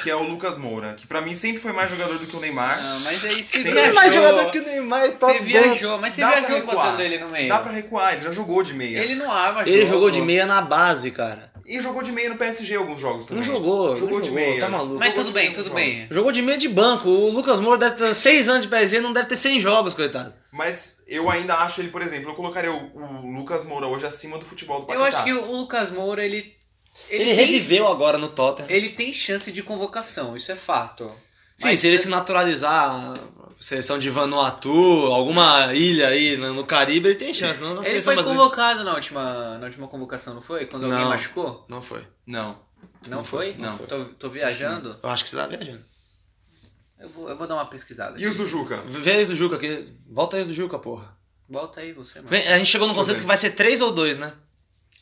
A: Que é o Lucas Moura, que pra mim sempre foi mais jogador do que o Neymar.
B: Ah, mas aí se
A: Sempre
B: Ele é
A: jogou.
B: mais jogador
C: que o Neymar,
B: Você viajou, mas você
A: Tá Dá pra
B: viajou
A: recuar.
B: botando ele no meio.
A: Dá pra recuar, ele já jogou de meia.
B: Ele não arma
C: é. Ele
B: jogo.
C: jogou de meia na base, cara.
A: E jogou de meia no PSG alguns jogos também.
C: Não jogou,
A: Jogou
C: jogou
A: de
C: de
A: meia.
C: meia. Tá maluco.
B: Mas
A: Jogou
B: tudo
A: de
B: bem,
A: meia
B: tudo
A: nos
B: bem.
C: Jogou de meia de banco. O Lucas Moura deve ter 6 anos de PSG, não deve ter 100 jogos, coitado.
A: Mas eu ainda acho ele, por exemplo, eu colocaria o, o Lucas Moura hoje acima do futebol do
B: Eu
A: Paquetá.
B: acho que o Lucas Moura, ele...
C: Ele,
B: tem-
C: reviveu agora no Tottenham.
B: Ele tem chance de convocação, isso é fato.
C: Sim, se
B: é
C: ele se naturalizar a seleção de Vanuatu, alguma ilha aí no no Caribe, ele tem chance, não
B: Ele
C: na
A: é
C: seleção
B: foi
C: brasileira.
B: convocado na última, na última convocação, não foi? Quando alguém
C: Não.
B: machucou?
C: Não foi.
A: Não.
B: Não, foi?
A: não foi.
B: Tô, tô viajando?
C: Eu acho que você tá viajando.
B: Eu vou, eu vou dar uma pesquisada.
A: E os do Juca?
C: Vê aí do Juca aqui. Volta aí do Juca, porra.
B: Volta aí você, mano.
C: Vem, a gente chegou no consenso
A: ver.
C: que vai ser três ou dois, né?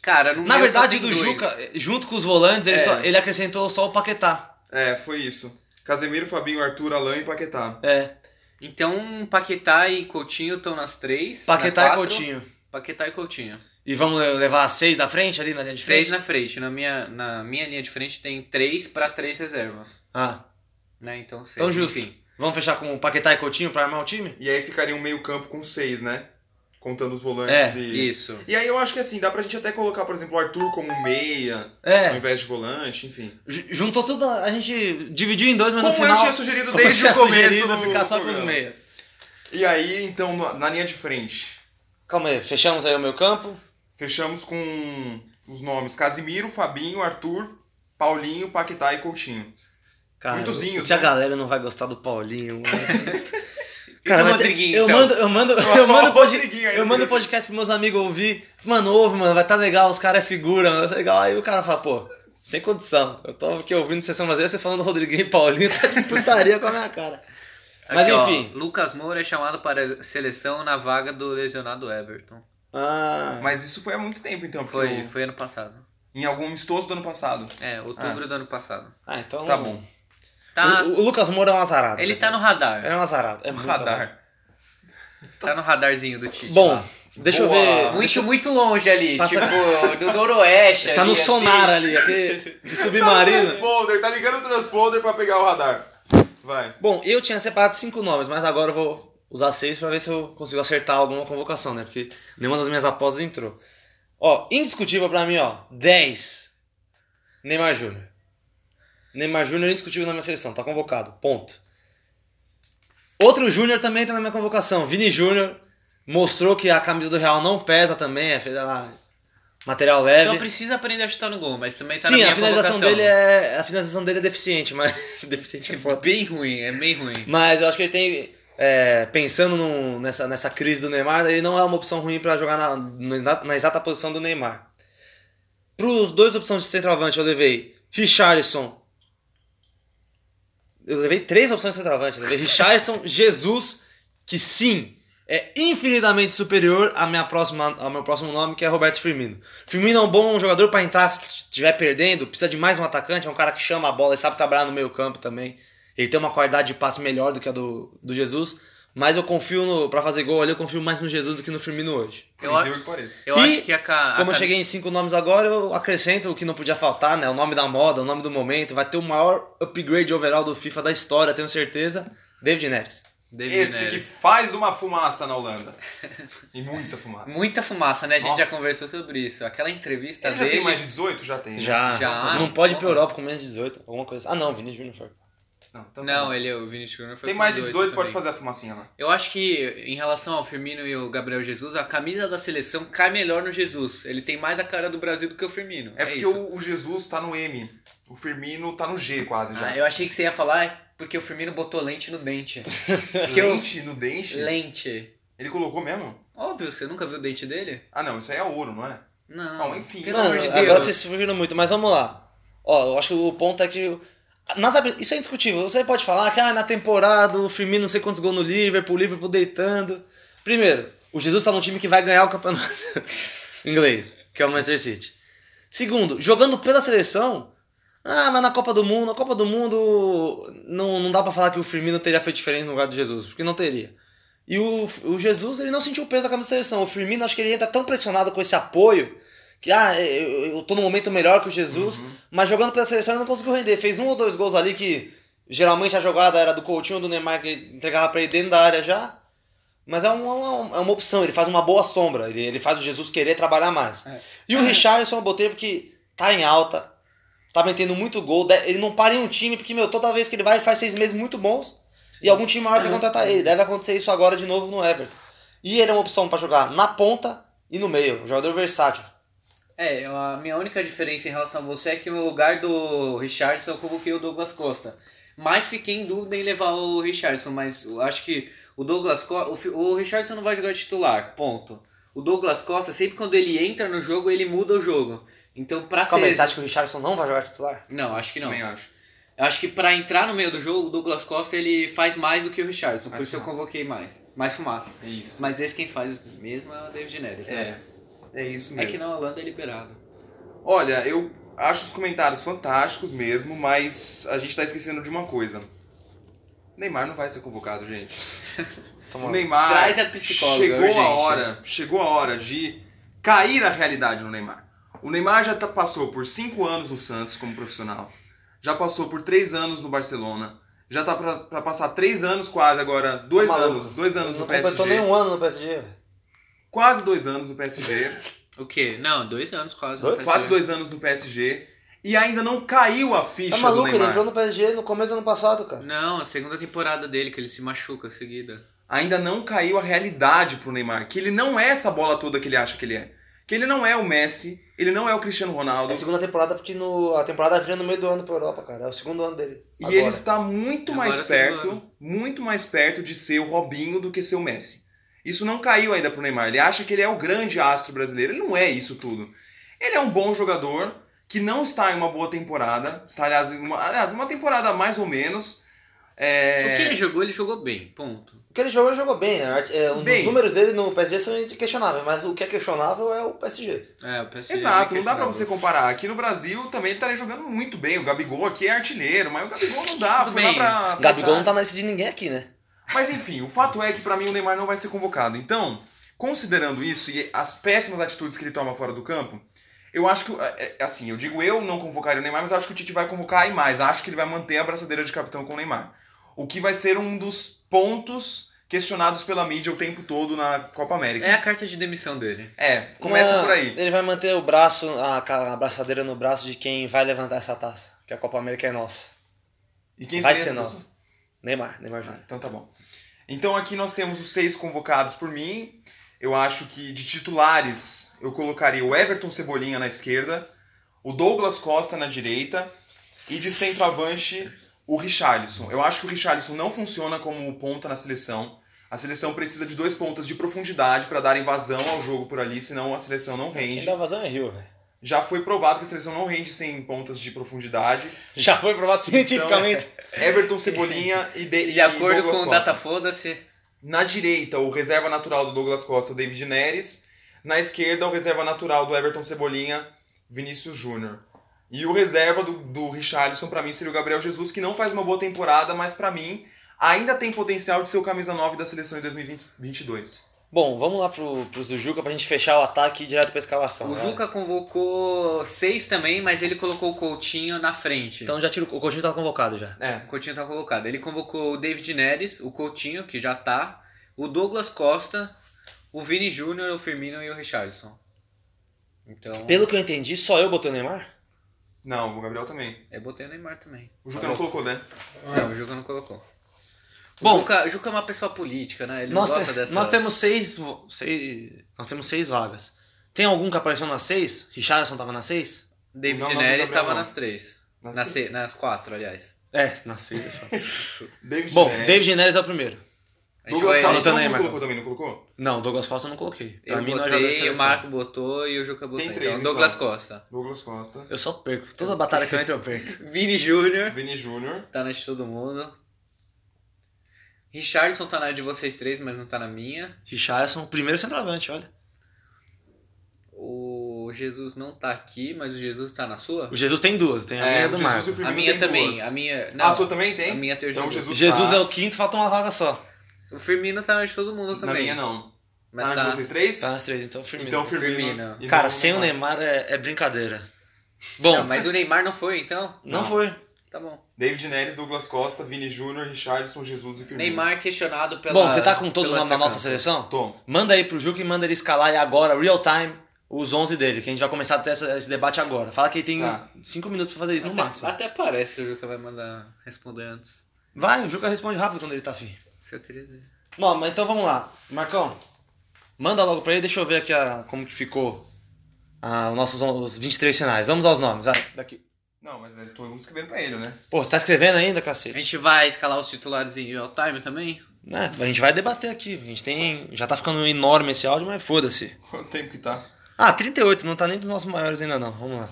B: Cara, no
C: Na
B: meu só
C: verdade, o
B: tem
C: do
B: dois.
C: Juca, junto com os volantes, ele,
A: É.
C: só- ele acrescentou só o Paquetá.
A: É, foi isso. Casemiro, Fabinho, Arthur, Alain e Paquetá.
C: É.
B: Então, Paquetá e Coutinho estão nas três. nas
C: Paquetá e
B: quatro.
C: Coutinho.
B: Paquetá e Coutinho.
C: E vamos levar seis da frente ali na linha de frente?
B: Seis na frente. Na minha, na minha linha de frente tem três pra três reservas.
C: Ah,
B: Né? Então, seis.
C: então justo.
B: Enfim.
C: Vamos fechar com o Paquetá e Coutinho pra armar o time?
A: E aí ficaria um meio-campo com seis, né? Contando os volantes
C: É,
A: e.
B: Isso.
A: E aí eu acho que assim, dá pra gente até colocar, por exemplo, o Arthur como meia,
C: É.
A: ao invés de volante, enfim.
C: Ju- Juntou tudo, a gente dividiu em dois, mas no
A: Como
C: final...
A: eu tinha sugerido
C: Como eu
A: desde
C: tinha
A: o começo.
C: sugerido,
A: do
C: ficar só com os
A: programa.
C: meias.
A: E aí, então, na- na linha de frente.
C: Calma aí, fechamos aí o meu campo.
A: Fechamos com os nomes Casimiro, Fabinho, Arthur, Paulinho, Paquetá e Coutinho.
C: Cara,
A: Muitos zinhos,
C: que a
A: né?
C: galera não vai gostar do Paulinho. mano.
B: E do
C: vai ter-
B: Rodriguinho,
C: eu
B: então?
C: mando, eu mando,
A: Vai
C: eu
A: falar
C: mando,
A: o
C: pod-
A: Rodriguinho aí,
C: eu mando
A: Rodrigo.
C: podcast pros meus amigos ouvir. Mano, ouve, mano, vai tá legal, os caras é figura, mano, vai tá legal. Aí o cara fala, pô, Sem condição. Eu tô aqui ouvindo sessão brasileira, vocês falando do Rodriguinho e Paulinho, tá de putaria com a minha cara. Mas
B: Aqui, ó,
C: enfim.
B: Lucas Moura é chamado para a seleção na vaga do lesionado Everton.
C: Ah,
A: Mas isso foi há muito tempo, então. Porque
B: Foi,
A: eu-
B: foi ano passado.
A: Em algum amistoso do ano passado.
B: É, outubro do ano passado.
C: ah, então.
A: Tá bom.
B: Tá,
C: O, o Lucas Moura é um azarado.
B: ele tá no radar.
C: Ele é um azarado. É muito azarado.
A: Radar.
B: Tá no radarzinho do Tite.
C: Bom,
B: lá.
C: deixa
A: Boa.
C: eu ver.
B: muito, muito longe ali,
C: Passa-
B: tipo, do noroeste.
C: Tá
B: ali,
C: no
B: assim.
C: sonar ali, aquele de
A: Tá no
C: submarino.
A: transponder, tá ligando o transponder pra pegar o radar. Vai.
C: Bom, eu tinha separado cinco nomes, mas agora eu vou usar seis pra ver se eu consigo acertar alguma convocação, né? Porque nenhuma das minhas apostas entrou. Ó, indiscutível pra mim, ó. 10. Neymar Júnior. Neymar Júnior é indiscutível na minha seleção, tá convocado. Ponto. Outro Júnior também tá na minha convocação. Vini Júnior mostrou que a camisa do Real não pesa também, é fez lá, material leve.
B: Só precisa aprender a chutar no gol, mas também tá na
C: né? Sim,
B: minha
C: a finalização
B: convocação.
C: dele é a finalização dele é deficiente, mas deficiente é foda.
B: Bem ruim, é bem ruim.
C: Mas eu acho que ele tem. é, pensando num- nessa, nessa crise do Neymar, ele não é uma opção ruim pra jogar na, na, na exata posição do Neymar. Para os dois opções de centroavante, eu levei Richarlison. Eu levei três opções de centroavante. Eu levei Richarlison, Jesus, que sim, é infinitamente superior à minha próxima, ao meu próximo nome, que é Roberto Firmino. Firmino é um bom jogador pra entrar se estiver perdendo, precisa de mais um atacante, é um cara que chama a bola e sabe trabalhar no meio campo também. Ele tem uma qualidade de passe melhor do que a do, do Jesus, mas eu confio no, para fazer gol ali, eu confio mais no Jesus do que no Firmino hoje.
B: Eu,
A: Deus
B: acho,
A: que pareça.
B: eu
C: E,
B: acho que a, ca- a
C: Como eu
B: ca-
C: cheguei em cinco nomes agora, eu acrescento o que não podia faltar, né? O nome da moda, o nome do momento. Vai ter o maior upgrade overall do FIFA da história, tenho certeza. David Neres.
B: David
A: Esse que
B: Neres.
A: faz uma fumaça na Holanda. E muita fumaça.
B: Muita fumaça, né? A gente já
A: Nossa.
B: conversou sobre isso. Aquela entrevista
A: Ele já
B: dele.
A: tem mais de 18? Já tem. né?
C: Já.
B: Já?
C: Não pode ir pra Europa com menos de 18, alguma coisa assim. Ah, não, Vini Júnior. foi.
A: Não, então tá bom.
B: Não, ele é o Vinicius Júnior foi
A: Tem
B: com
A: mais de 18, pode
B: também.
A: fazer a fumacinha lá.
B: Eu acho que em relação ao Firmino e o Gabriel Jesus, a camisa da seleção cai melhor no Jesus. Ele tem mais a cara do Brasil do que o Firmino.
A: É,
B: É,
A: porque
B: isso.
A: o, o Jesus tá no M. O Firmino tá no G quase já.
B: Ah, eu achei que você ia falar "Ah, porque o Firmino botou lente no dente. porque eu-
A: Dente no dente?
B: Lente.
A: Ele colocou mesmo?
B: Óbvio, você nunca viu o dente dele?
A: Ah não, isso aí é ouro, não é?
B: Não.
A: Bom, enfim.
B: Pelo
A: Mano,
B: amor de Deus.
C: Agora vocês fugiram muito, mas vamos lá. Ó, eu acho que o ponto é que. nas abri- isso é indiscutível. Você pode falar que ah, na temporada o Firmino não sei quantos gols no Liverpool, o Liverpool deitando. Primeiro, o Jesus tá num time que vai ganhar o campeonato inglês, que é o Manchester City. Segundo, jogando pela seleção. Ah, mas na Copa do Mundo, na Copa do Mundo não, não dá pra falar que o Firmino teria feito diferente no lugar do Jesus, porque não teria. E o, o Jesus, ele não sentiu o peso da camisa da seleção. O Firmino, acho que ele entra tão pressionado com esse apoio que, ah, eu, eu tô num momento melhor que o Jesus,
B: Uhum.
C: mas jogando pela seleção ele não conseguiu render. Fez um ou dois gols ali que geralmente a jogada era do Coutinho ou do Neymar que ele entregava pra ele dentro da área já. Mas é uma, uma- é uma opção, ele faz uma boa sombra, ele, ele faz o Jesus querer trabalhar mais.
B: É.
C: E o Richarlison eu botei porque tá em alta, tá metendo muito gol, de- ele não para em um time, porque, meu, toda vez que ele vai, ele faz seis meses muito bons, e algum time maior quer contratar ele. Deve acontecer isso agora de novo no Everton. E ele é uma opção pra jogar na ponta e no meio, um jogador versátil.
B: É, a minha única diferença em relação a você é que no lugar do Richardson eu coloquei o Douglas Costa. Mas fiquei em dúvida em levar o Richardson, mas eu acho que o Douglas Costa. O, Fi- o Richardson não vai jogar titular, ponto. O Douglas Costa, sempre quando ele entra no jogo, ele muda o jogo. Então, pra
C: Calma aí,
B: ser.
C: é? você acha que o Richardson não vai jogar titular?
B: Não, acho que não.
A: Também acho.
B: Eu acho que pra entrar no meio do jogo, o Douglas Costa ele faz mais do que o Richardson, por
A: Mais
B: isso eu
A: fumaça.
B: convoquei mais. Mais fumaça.
A: É Isso.
B: Mas esse quem faz mesmo é o David Neres, né?
A: É. É isso
B: É
A: mesmo.
B: que na Holanda é liberado.
A: Olha, eu acho os comentários fantásticos mesmo, mas a gente tá esquecendo de uma coisa. Neymar não vai ser convocado, gente.
C: Toma
A: O
C: lá.
A: Neymar
B: Traz a psicóloga,
A: chegou
B: urgente.
A: a hora, chegou a hora de cair a realidade no Neymar. O Neymar já tá- passou por cinco anos no Santos como profissional, já passou por três anos no Barcelona, já tá pra, pra passar três anos quase agora, dois
C: Tá maluco.
A: anos, dois anos no
C: Não completou
A: PSG,
C: nem um ano no PSG. velho.
A: quase dois anos no PSG,
B: O quê? Não, dois anos quase. né,
C: Dois?
B: não
A: quase
B: percebi.
A: dois anos no PSG e ainda não caiu a ficha
C: Tá maluco,
A: do
C: ele
A: Neymar.
C: entrou no PSG no começo do ano passado, cara. É
B: Não, a segunda temporada dele, que ele se machuca seguida.
A: ainda não caiu a realidade pro Neymar, que ele não é essa bola toda que ele acha que ele é. Que ele não é o Messi, ele não é o Cristiano Ronaldo.
C: É a segunda temporada, porque no, a temporada vira no meio do ano pra Europa, cara. É o segundo ano dele.
A: E
C: agora.
A: ele está muito
B: Agora
A: mais
B: é o
A: perto,
B: segundo.
A: muito mais perto de ser o Robinho do que ser o Messi. Isso não caiu ainda pro Neymar. Ele acha que ele é o grande astro brasileiro. Ele não é isso tudo. Ele é um bom jogador que não está em uma boa temporada. Está, aliás, em uma, aliás, uma temporada mais ou menos. É,
B: O que ele jogou, ele jogou bem, ponto.
C: O que ele jogou, ele jogou bem. né? É, um
A: Bem.
C: Os números dele no PSG são questionáveis, mas o que é questionável é o PSG.
B: É, o PSG
A: Exato,
B: é
A: não dá pra
B: questionável.
A: você comparar. Aqui no Brasil também ele estaria jogando muito bem. O Gabigol aqui é artilheiro, mas o Gabigol não dá.
B: Tudo
A: foi lá
B: bem.
A: pra-
C: Gabigol não tá na lista de ninguém aqui, né?
A: Mas enfim, o fato é que pra mim o Neymar não vai ser convocado. Então, considerando isso e as péssimas atitudes que ele toma fora do campo, eu acho que. é, é, Assim, eu digo eu não convocaria o Neymar, mas eu acho que o Tite vai convocar e mais. Acho que ele vai manter a braçadeira de capitão com o Neymar. O que vai ser um dos pontos questionados pela mídia o tempo todo na Copa América.
B: É a carta de demissão dele.
A: É, começa
C: Não,
A: por aí.
C: Ele vai manter o braço, a, ca- a abraçadeira no braço de quem vai levantar essa taça. Que a Copa América é nossa.
A: E quem
C: vai
A: seria
C: ser
A: essa
C: nossa. Neymar, Neymar
A: Ah,
C: Júnior.
A: então tá bom. Então aqui nós temos os seis convocados por mim. Eu acho que de titulares eu colocaria o Everton Cebolinha na esquerda, o Douglas Costa na direita e de centroavante o Richarlison. Eu acho que o Richarlison não funciona como ponta na seleção. A seleção precisa de dois pontas de profundidade para darem vazão ao jogo por ali, senão a seleção não
C: Quem
A: rende.
C: dá vazão é Rio, velho.
A: Já foi provado que a seleção não rende sem pontas de profundidade. Então,
C: Já foi provado
A: é.
C: cientificamente.
A: Everton Cebolinha e, de,
B: De
A: e
B: acordo
A: Douglas
B: com o
A: Costa.
B: Data Foda-se,
A: Na direita, o reserva natural do Douglas Costa, o David Neres. Na esquerda, o reserva natural do Everton Cebolinha, Vinícius Júnior. E o reserva do, do Richarlison, pra mim, seria o Gabriel Jesus, que não faz uma boa temporada, mas pra mim ainda tem potencial de ser o camisa 9 da seleção em 2022.
C: Bom, vamos lá pro, pros do Juca pra gente fechar o ataque e ir direto pra escalação.
B: o
A: Ah.
C: né?
B: Juca convocou seis também, mas ele colocou o Coutinho na frente.
C: Então já tiro, o Coutinho tá convocado já.
A: É.
B: O Coutinho tá convocado. Ele convocou o David Neres, o Coutinho, que já tá, o Douglas Costa, o Vini Júnior, o Firmino e o Richarlison. Então,
C: Pelo que eu entendi, só eu botei o Neymar?
A: Não, o Gabriel também.
B: eu botei é o Neymar também.
A: O Juca não colocou, né?
B: Não, o Juca não colocou. Bom, o Juca, o Juca é uma pessoa política, né? Ele
C: Nós,
B: não
C: te-
B: gosta dessas...
C: nós temos seis, vo- seis. Nós temos seis vagas. Tem algum que apareceu nas seis? Richardson tava nas seis?
B: David
A: Não, não, do
B: Neres
A: Gabriel
B: estava
A: não.
B: nas três.
A: Nas
B: Nas, nas,
A: seis?
B: se- nas quatro, aliás.
C: É, nas seis. eu falo.
A: David
C: Bom,
A: Neres.
C: David Neres é o primeiro.
B: A gente
A: Douglas
B: vai-
A: Costa
C: anotando
A: todo
C: aí,
A: mundo
C: Marcão.
A: colocou também, não colocou?
C: Não, Douglas Costa eu não coloquei. Pra
B: Eu
C: mim não é jogador de
B: botei, o
C: seleção.
B: Marco botou e o Juca botou.
A: três,
B: então.
A: então.
B: Douglas Costa.
A: Douglas Costa,
C: Eu só perco. Toda batalha que eu entro eu perco.
B: Vini Júnior.
A: Vini Júnior.
B: Tá na de todo mundo. Richardson tá na de vocês três, mas não tá na minha.
C: Richardson, primeiro centroavante, olha.
B: O Jesus não tá aqui, mas o Jesus tá na sua?
C: O Jesus tem duas, tem a
A: É,
C: minha
A: o
C: do
A: Jesus
C: Marco.
A: e o Firmino.
B: A
A: Firmino
B: minha
A: tem
B: também.
A: duas.
B: A minha.
A: Ah,
B: Não,
A: a sua também tem?
B: A minha tem o
A: então,
B: Jesus.
A: Jesus.
C: Jesus
A: tá.
C: é o quinto, falta uma vaga só.
B: O Firmino tá na de todo mundo
A: Na
B: também.
A: minha não. tá
B: Mas
A: na
B: tá-
A: de vocês três?
C: Tá nas três, então Firmino.
A: Então, Firmino.
B: Firmino.
A: E
C: Cara,
A: não
C: sem o Neymar é, é brincadeira. Bom,
B: Não, mas o Neymar não foi, então?
C: não,
A: não.
C: foi.
B: Tá bom.
A: David Neres, Douglas Costa, Vini Júnior, Richardson, Jesus e Firmino.
B: Neymar questionado pela.
C: Bom, você tá com todos
B: pela
C: os nomes da nossa
B: sacada.
C: seleção?
A: Tom.
C: Manda aí pro Juca e manda ele escalar aí agora, real time, os 11 dele, que a gente vai começar a ter essa- esse debate agora. Fala que ele tem
A: Tá.
C: 5 minutos pra fazer isso, no máximo.
B: Até, até parece que o Juca vai mandar responder antes.
C: Vai, o Juca responde rápido quando ele tá afim.
B: Isso eu queria dizer.
C: Não, mas então vamos lá. Marcão, manda logo pra ele, deixa eu ver aqui a, como que ficou ah, os nossos on- os 23 sinais. Vamos aos nomes, vai. Daqui.
A: Não, mas é, todo mundo escrevendo pra ele, né?
C: Pô, você tá escrevendo ainda,
B: A
C: cacete?
B: gente vai escalar os titulares em real time também?
C: Né, a gente vai debater aqui. A gente tem. Já tá ficando enorme esse áudio, mas foda-se.
A: Quanto tempo que tá?
C: Ah, 38, não tá nem dos nossos maiores ainda não. Vamos lá.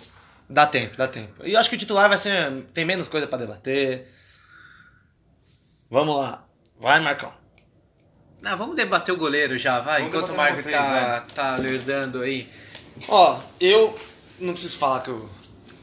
C: Dá tempo, dá tempo. E eu acho que o titular vai ser. Tem menos coisa pra debater. Vamos lá. Vai, Marcão.
B: Ah, vamos debater o goleiro já, vai.
A: Vamos
B: Enquanto o
A: debater
B: Marco
A: vocês,
B: tá,
C: né?
B: tá lerdando aí.
C: Ó, eu não preciso falar que eu,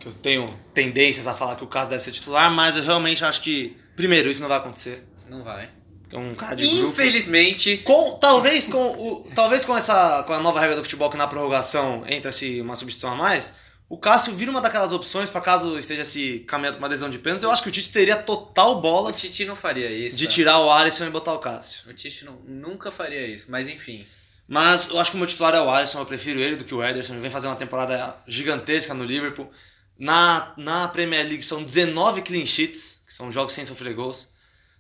C: que eu tenho tendências a falar que o caso deve ser titular, mas eu realmente acho que, primeiro, isso não vai acontecer.
B: Não vai.
C: É um cara de grupo.
B: Infelizmente.
C: Com, talvez com o, talvez com essa com a nova regra do futebol que na prorrogação entra-se uma substituição a mais, o Cássio vira uma daquelas opções pra caso esteja se caminhando pra uma decisão de pênalti. Eu acho que o Tite teria total
B: O
C: bolas
B: Tite não faria isso.
C: de
B: tá?
C: tirar o Alisson e botar o Cássio.
B: O Tite não- nunca faria isso, mas enfim.
C: Mas eu acho que o meu titular é o Alisson, eu prefiro ele do que o Ederson. Ele vem fazer uma temporada gigantesca no Liverpool. Na, na Premier League são 19 clean sheets, que são jogos sem sofrer gols.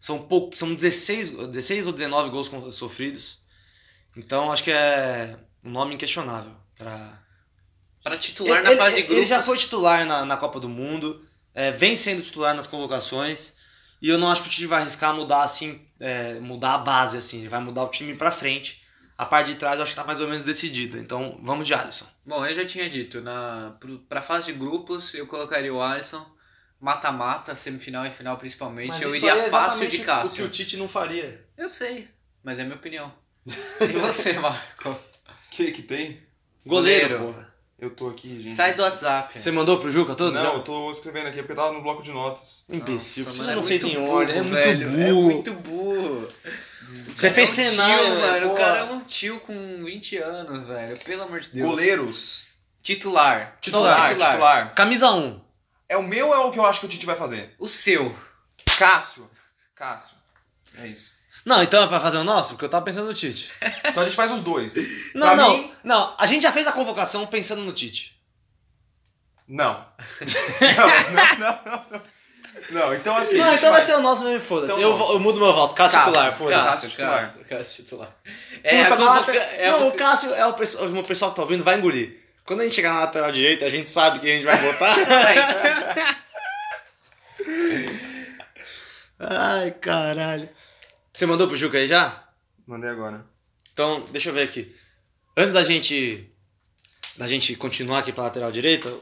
C: São, pouco, são 16, go- 16 ou 19 gols con- sofridos. Então acho que é um nome inquestionável. Pra...
B: Pra titular na
C: Ele,
B: fase de
C: ele-
B: grupos.
C: ele já foi titular na, na Copa do Mundo, é, vem sendo titular nas convocações. E eu não acho que o Tite vai arriscar mudar assim, é, mudar a base assim. Ele vai mudar o time pra frente. A parte de trás eu acho que tá mais ou menos decidida. Então vamos de Alisson.
B: Bom, eu já tinha dito, na, pro- pra fase de grupos eu colocaria o Alisson, mata-mata, semifinal e final principalmente. eu iria fácil de
C: é o que o
B: Cássio.
C: Tite não faria.
B: Eu sei, mas é minha opinião. E você, Marco?
A: Que que tem?
C: Goleiro,
B: Goleiro.
C: porra.
A: Eu tô aqui, gente.
B: Sai do WhatsApp.
C: Você é mandou pro Juca todos?
A: Não,
C: já?
A: eu tô escrevendo aqui porque tava no bloco de notas.
C: um Imbecil,
B: Nossa,
C: você
B: mano, é
C: não fez em
B: muito
C: ordem, é
B: burro,
C: muito
B: velho, é
C: burro.
B: muito burro.
C: Você fez
B: é um
C: cenário,
B: tio,
C: velho,
B: mano. O
C: pô.
B: cara é um tio com 20 anos, velho. Pelo amor de Deus.
A: Goleiros.
B: Titular. Só
A: Titular, titular.
B: um-
C: Camisa 1.
A: É o meu ou é o que eu acho que o Tite vai fazer?
B: O seu.
A: Cássio. Cássio. É isso.
C: Não, então é pra fazer o nosso? Porque eu tava pensando no Tite.
A: Então a gente faz os dois.
C: Não,
A: Pra
C: não,
A: mim-
C: não. A gente já fez a convocação pensando no Tite.
A: Não. não, não, não, não. Não, então assim. a
C: Não,
A: gente
C: então vai ser o nosso mesmo,
A: Então
C: foda-se. Eu,
A: nosso.
C: vou- eu mudo meu voto. Cássio,
A: Cássio,
C: titular, foda-se.
A: Cássio, titular.
B: Cássio, titular.
C: Puta,
B: É, a
C: na
B: convoca-
C: lateral-
B: é a
C: Não,
B: convoca-
C: o Cássio é o pessoal, o pessoal que tá ouvindo vai engolir. Quando a gente chegar na lateral direita, a gente sabe quem a gente vai votar. Ai, caralho. Você mandou pro Juca aí já?
A: Mandei agora.
C: Então, deixa eu ver aqui. Antes da gente da gente continuar aqui pra lateral direita,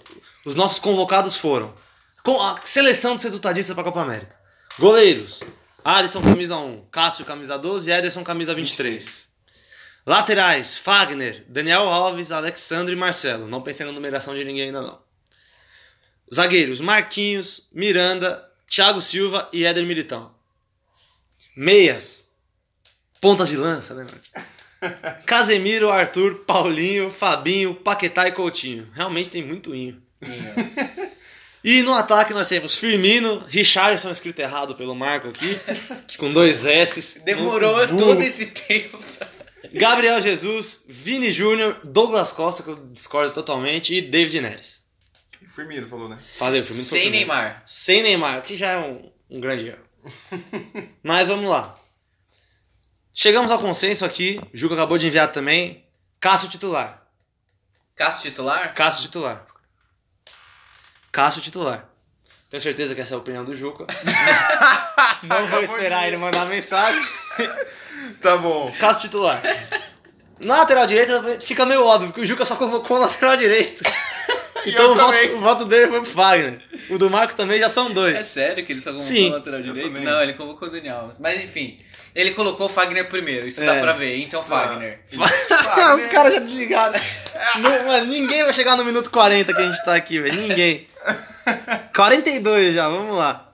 C: os nossos convocados foram com a seleção dos resultadistas pra Copa América. Goleiros: Alisson camisa 1, Cássio camisa 12 e Ederson camisa 23. Laterais: Fagner, Daniel Alves, Alexandre e Marcelo. Não pensei na numeração de ninguém ainda não. Zagueiros: Marquinhos, Miranda, Thiago Silva e Éder Militão. Meias: Pontas de lança, né, mano? Casemiro, Arthur, Paulinho, Fabinho, Paquetá e Coutinho. Realmente tem muito inho. E no ataque nós temos Firmino, Richarlison escrito errado pelo Marco aqui, com dois S.
B: Demorou todo esse tempo.
C: Gabriel Jesus, Vini Júnior, Douglas Costa, que eu discordo totalmente, e David Neres.
A: Firmino falou, né?
C: Valeu, Firmino foi o
B: Sem
C: primeiro.
B: Neymar.
C: Sem Neymar, o que já é um, um grande erro. Mas vamos lá. Chegamos ao consenso aqui, o Juca acabou de enviar também. Cássio titular.
B: Cássio titular?
C: Cássio titular. Cássio titular. Tenho certeza que essa é a opinião do Juca. Não vou esperar ele mandar mensagem.
A: Tá bom.
C: Cássio titular. Na lateral direita fica meio óbvio, porque o Juca só convocou o lateral direito. Então
A: eu
C: o voto,
A: também.
C: o voto dele foi pro Fagner. O do Marco também já são
B: É
C: dois.
B: sério que ele só convocou
C: Sim,
B: o lateral direito?
A: também.
B: Não, ele convocou o Daniel Alves. Mas enfim, ele colocou o Fagner primeiro, isso
C: É.
B: dá pra ver. Então, Fagner.
C: Os caras já desligaram. Não, mano, ninguém vai chegar no minuto 40 que a gente tá aqui, velho. Ninguém. 42 já, vamos lá.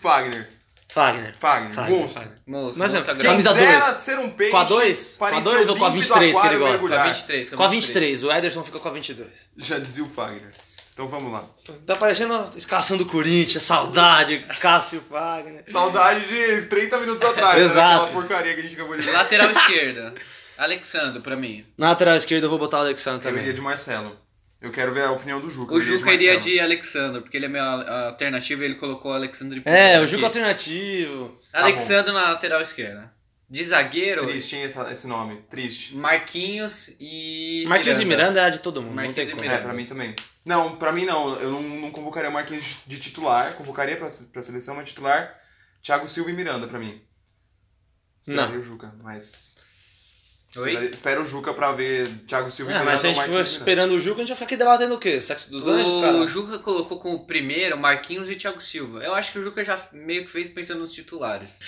A: Fagner.
C: Fagner.
A: Fagner.
C: Fagner,
A: Monstro.
C: Fagner.
B: Moço,
C: Mas é,
B: moço
C: quem-
B: grande.
C: Camisa
A: Quem dera
C: dois.
A: ser um peixe.
C: Com a dois? Com a
A: parecer
C: dois ou com a
A: límpido
C: 23 que ele
A: aquário
C: gosta?
B: Com a
A: mergulhar.
B: 23,
C: Com a 23, o Ederson ficou com a 22.
A: Já dizia o Fagner. Então vamos lá.
C: Tá parecendo a escalação do Corinthians, saudade, Cássio Fagner.
A: Saudade de 30 minutos atrás. né?
C: Exato.
A: Aquela porcaria que a gente acabou de ver.
B: Lateral esquerda. Alexandre, pra mim.
C: Na lateral esquerda eu vou botar o Alexandre
A: Eu iria
C: também.
A: de Marcelo. Eu quero ver a opinião do Juca.
B: O
A: eu iria
B: Juca iria
A: Marcelo.
B: de Alexandre, porque ele é minha a- alternativa e ele colocou o Alexandre
C: É,
B: primeiro
C: o Tá Juca
B: aqui.
C: alternativo.
B: Alexandre na lateral esquerda. De zagueiro,
A: Triste, hein, essa- esse nome. Triste.
B: Marquinhos e.
C: Marquinhos e Miranda é a de todo mundo,
B: Marquinhos
C: não
B: e
C: tem
A: É,
C: como.
B: Miranda.
A: pra mim também. Não, pra mim não. Eu não, não convocaria o Marquinhos de titular. Convocaria pra, pra seleção, mas titular Thiago Silva e Miranda pra mim. Esperaria
C: Não.
A: o Juca, mas...
B: Oi?
A: Espero o Juca pra ver Thiago Silva e
C: É,
A: Miranda.
C: mas se a
A: ou
C: gente for
A: Marquinhos e Miranda.
C: esperando o Juca, a gente vai ficar aqui debatendo o quê? Sexo dos anjos,
B: O
C: cara?
B: Juca colocou como primeiro Marquinhos e Thiago Silva. Eu acho que o Juca já meio que fez pensando nos titulares.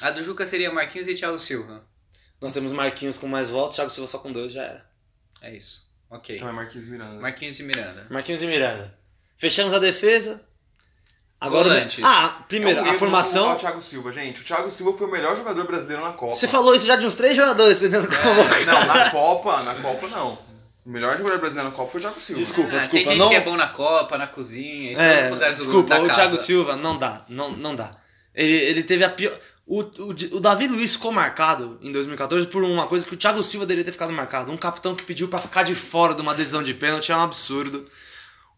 B: A do Juca seria Marquinhos e Thiago Silva.
C: Nós temos Marquinhos com mais votos, Thiago Silva só com dois, já era.
B: É isso. Ok.
A: Então é Marquinhos e Miranda.
B: Marquinhos e Miranda.
C: Marquinhos e Miranda. Fechamos a defesa. Agora.
B: Volantes.
C: Ah, primeiro,
A: Eu
C: a
A: mesmo vou
C: formação.
A: colocar O Thiago Silva, gente. O Thiago Silva foi o melhor jogador brasileiro na Copa.
C: Você falou isso já de uns três jogadores, entendendo como. é
A: Não, na Copa, na Copa não. O melhor jogador brasileiro na Copa foi o Thiago Silva.
C: Desculpa,
B: Ah,
C: desculpa.
B: Tem gente
C: não...
B: que é bom na Copa, na cozinha, em todos
C: É,
B: os lugares do
C: desculpa,
B: da
C: o
B: casa.
C: Thiago Silva não dá, não, não dá. Ele, ele teve a pior. O, o, Di- o Davi Luiz ficou marcado em 2014 por uma coisa que o Thiago Silva deveria ter ficado marcado. Um capitão que pediu pra ficar de fora de uma decisão de pênalti é um absurdo.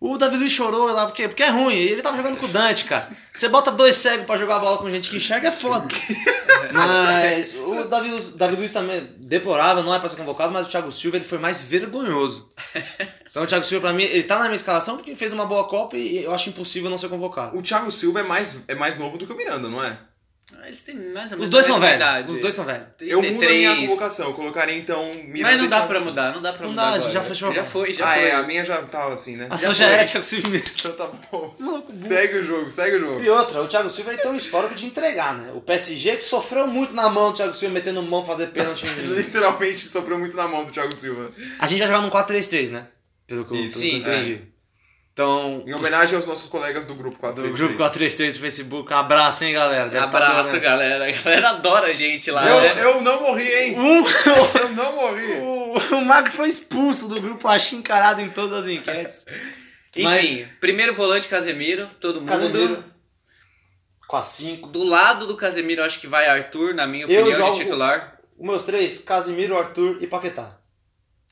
C: O Davi Luiz chorou lá, por quê? Porque é ruim. Ele tava jogando com o Dante, cara. Você bota dois cegos pra jogar a bola com gente que enxerga, é foda. Mas é, o Davi, Luiz- Davi Luiz também deplorável, não é pra ser convocado, mas o Thiago Silva ele foi mais vergonhoso. Então o Thiago Silva, pra mim, ele tá na minha escalação porque fez uma boa Copa e eu acho impossível não ser convocado.
A: O Thiago Silva é mais, é mais novo do que o Miranda, não é?
B: Ah, Eles têm mais ou menos
C: Os dois
B: a
C: são
B: mesma
C: velhos.
B: idade.
C: Os dois são velhos.
A: Eu mudo a minha
B: 33.
A: convocação, eu colocaria então Miranda
B: Mas não dá
A: e
B: pra
A: Thiago
B: mudar, não dá pra
C: Não
B: mudar.
C: dá,
B: agora.
C: já fechou a
B: Já
C: bola.
B: foi,
A: Silva.
B: já
A: Ah,
B: foi.
A: é, a minha já tava assim, né?
C: A
A: Já
C: sua já
A: foi.
C: era Thiago Silva.
A: Então tá bom. Segue o jogo, segue o jogo.
C: E outra, o Thiago Silva ele tem um histórico de entregar, né? O PSG que sofreu muito na mão do Thiago Silva, metendo mão pra fazer pênalti. em-
A: Literalmente sofreu muito na mão do Thiago Silva.
C: a gente vai jogar num 4-3-3, né? Pelo que eu
A: Isso,
C: pelo que
B: sim,
C: eu
B: sim.
C: entendi. Então,
A: Em homenagem aos nossos colegas do grupo
C: do
A: 433.
C: grupo 4-3-3 do Facebook, um abraço, hein, galera. Deve tá
B: Abraço,
C: adorando.
B: Ah, galera. A galera adora a gente lá. né?
A: Eu, eu não morri, hein?
C: Um,
A: Eu não morri.
C: O, o Marco foi expulso do grupo, acho que encarado em todas as enquetes.
B: Enfim, primeiro volante Casemiro, todo mundo.
C: Casemiro. Com a 5.
B: Do lado do Casemiro, acho que vai Arthur, na minha
C: Eu
B: opinião,
C: jogo-
B: de titular.
C: Os meus três, Casimiro, Arthur e Paquetá.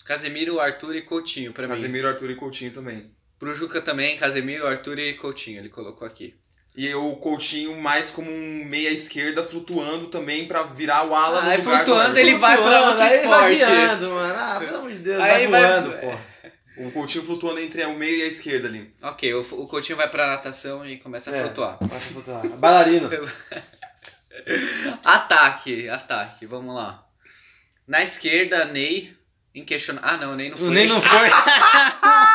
B: Casemiro, Arthur e Coutinho, pra mim.
A: Casemiro, Arthur e Coutinho também.
B: Pro Juca também, Casemiro, Arthur e Coutinho, ele colocou aqui.
A: E o Coutinho mais como um meia esquerda flutuando também pra virar o ala no
B: Ah, é
A: lugar do
B: flutuando,
A: Arthur.
B: ele vai pra outro
C: aí Vai
B: esporte.
C: virando, mano. Ah, pelo amor de Deus,
B: Aí
C: vai
B: vai-
C: voando, pô.
A: O Coutinho flutuando entre o meio e a esquerda ali.
B: Ok, o, o Coutinho vai pra natação e começa a
C: É,
B: flutuar.
C: Passa a flutuar. Bailarino.
B: Ataque, ataque, vamos lá. Na esquerda, Ney, inquestionável. Ah, não, Ney não foi.
C: Nem não foi.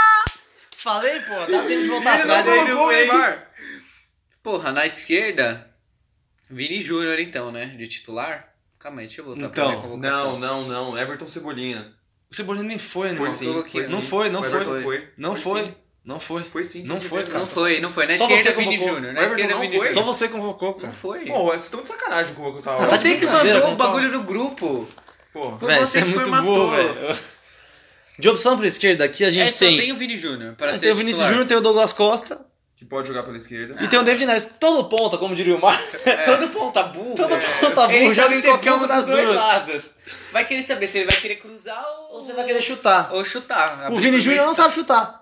C: Falei, pô, dá tempo de voltar
A: Ele não
C: atrás.
B: ele não
A: colocou o
B: veio.
A: Neymar.
B: Porra, na esquerda, Vini Júnior então, né? De titular? Calma aí, deixa eu voltar
C: Então,
B: pra minha convocação.
A: Não, não não. Everton Cebolinha.
C: O Cebolinha nem foi, né?
A: Foi
C: irmão?
A: sim.
B: coloquei
A: Foi
B: aqui.
A: sim.
C: Não foi, não
A: O
C: foi.
A: Everton foi.
C: Não
A: sim.
C: foi, não foi.
A: Foi sim.
C: Não
A: tem
C: foi,
A: certeza.
C: cara.
B: Não foi, não foi. Na
C: Só
B: esquerda,
C: você
B: Vini
C: convocou.
B: Júnior.
A: O
B: Na
A: Everton
B: esquerda,
A: não
B: Vini
A: foi.
B: Júnior.
C: Só você convocou, cara.
B: Não foi.
A: Pô, vocês estão de sacanagem com o que eu tava.
C: Tá de
B: Você Ah, que mandou
C: brincadeira,
B: o
C: vamos
B: bagulho no grupo.
A: Pô.
B: Foi
C: Velho,
B: você
C: você é
B: que
C: muito
B: formatou.
C: burro, velho. De opção pra esquerda aqui, a
B: É,
C: gente
B: só
C: tem... Ah,
B: tem o Vini Júnior para ser
C: Tem o Vinícius
B: titular.
C: Júnior, tem o Douglas Costa
A: Que pode jogar pela esquerda.
C: e tem o David Neres. Todo ponta, como diria o Mar.
B: Todo ponta burro.
C: Todo tá ponta
B: É. Ele
C: é. Tá burro, joga
B: sabe
C: em
B: ser
C: qualquer
B: burro
C: uma das
B: dos dois
C: duas.
B: lados. Vai querer saber se ele vai querer cruzar ou...
C: Ou você vai querer chutar.
B: Ou chutar.
C: O Vini Júnior não sabe chutar.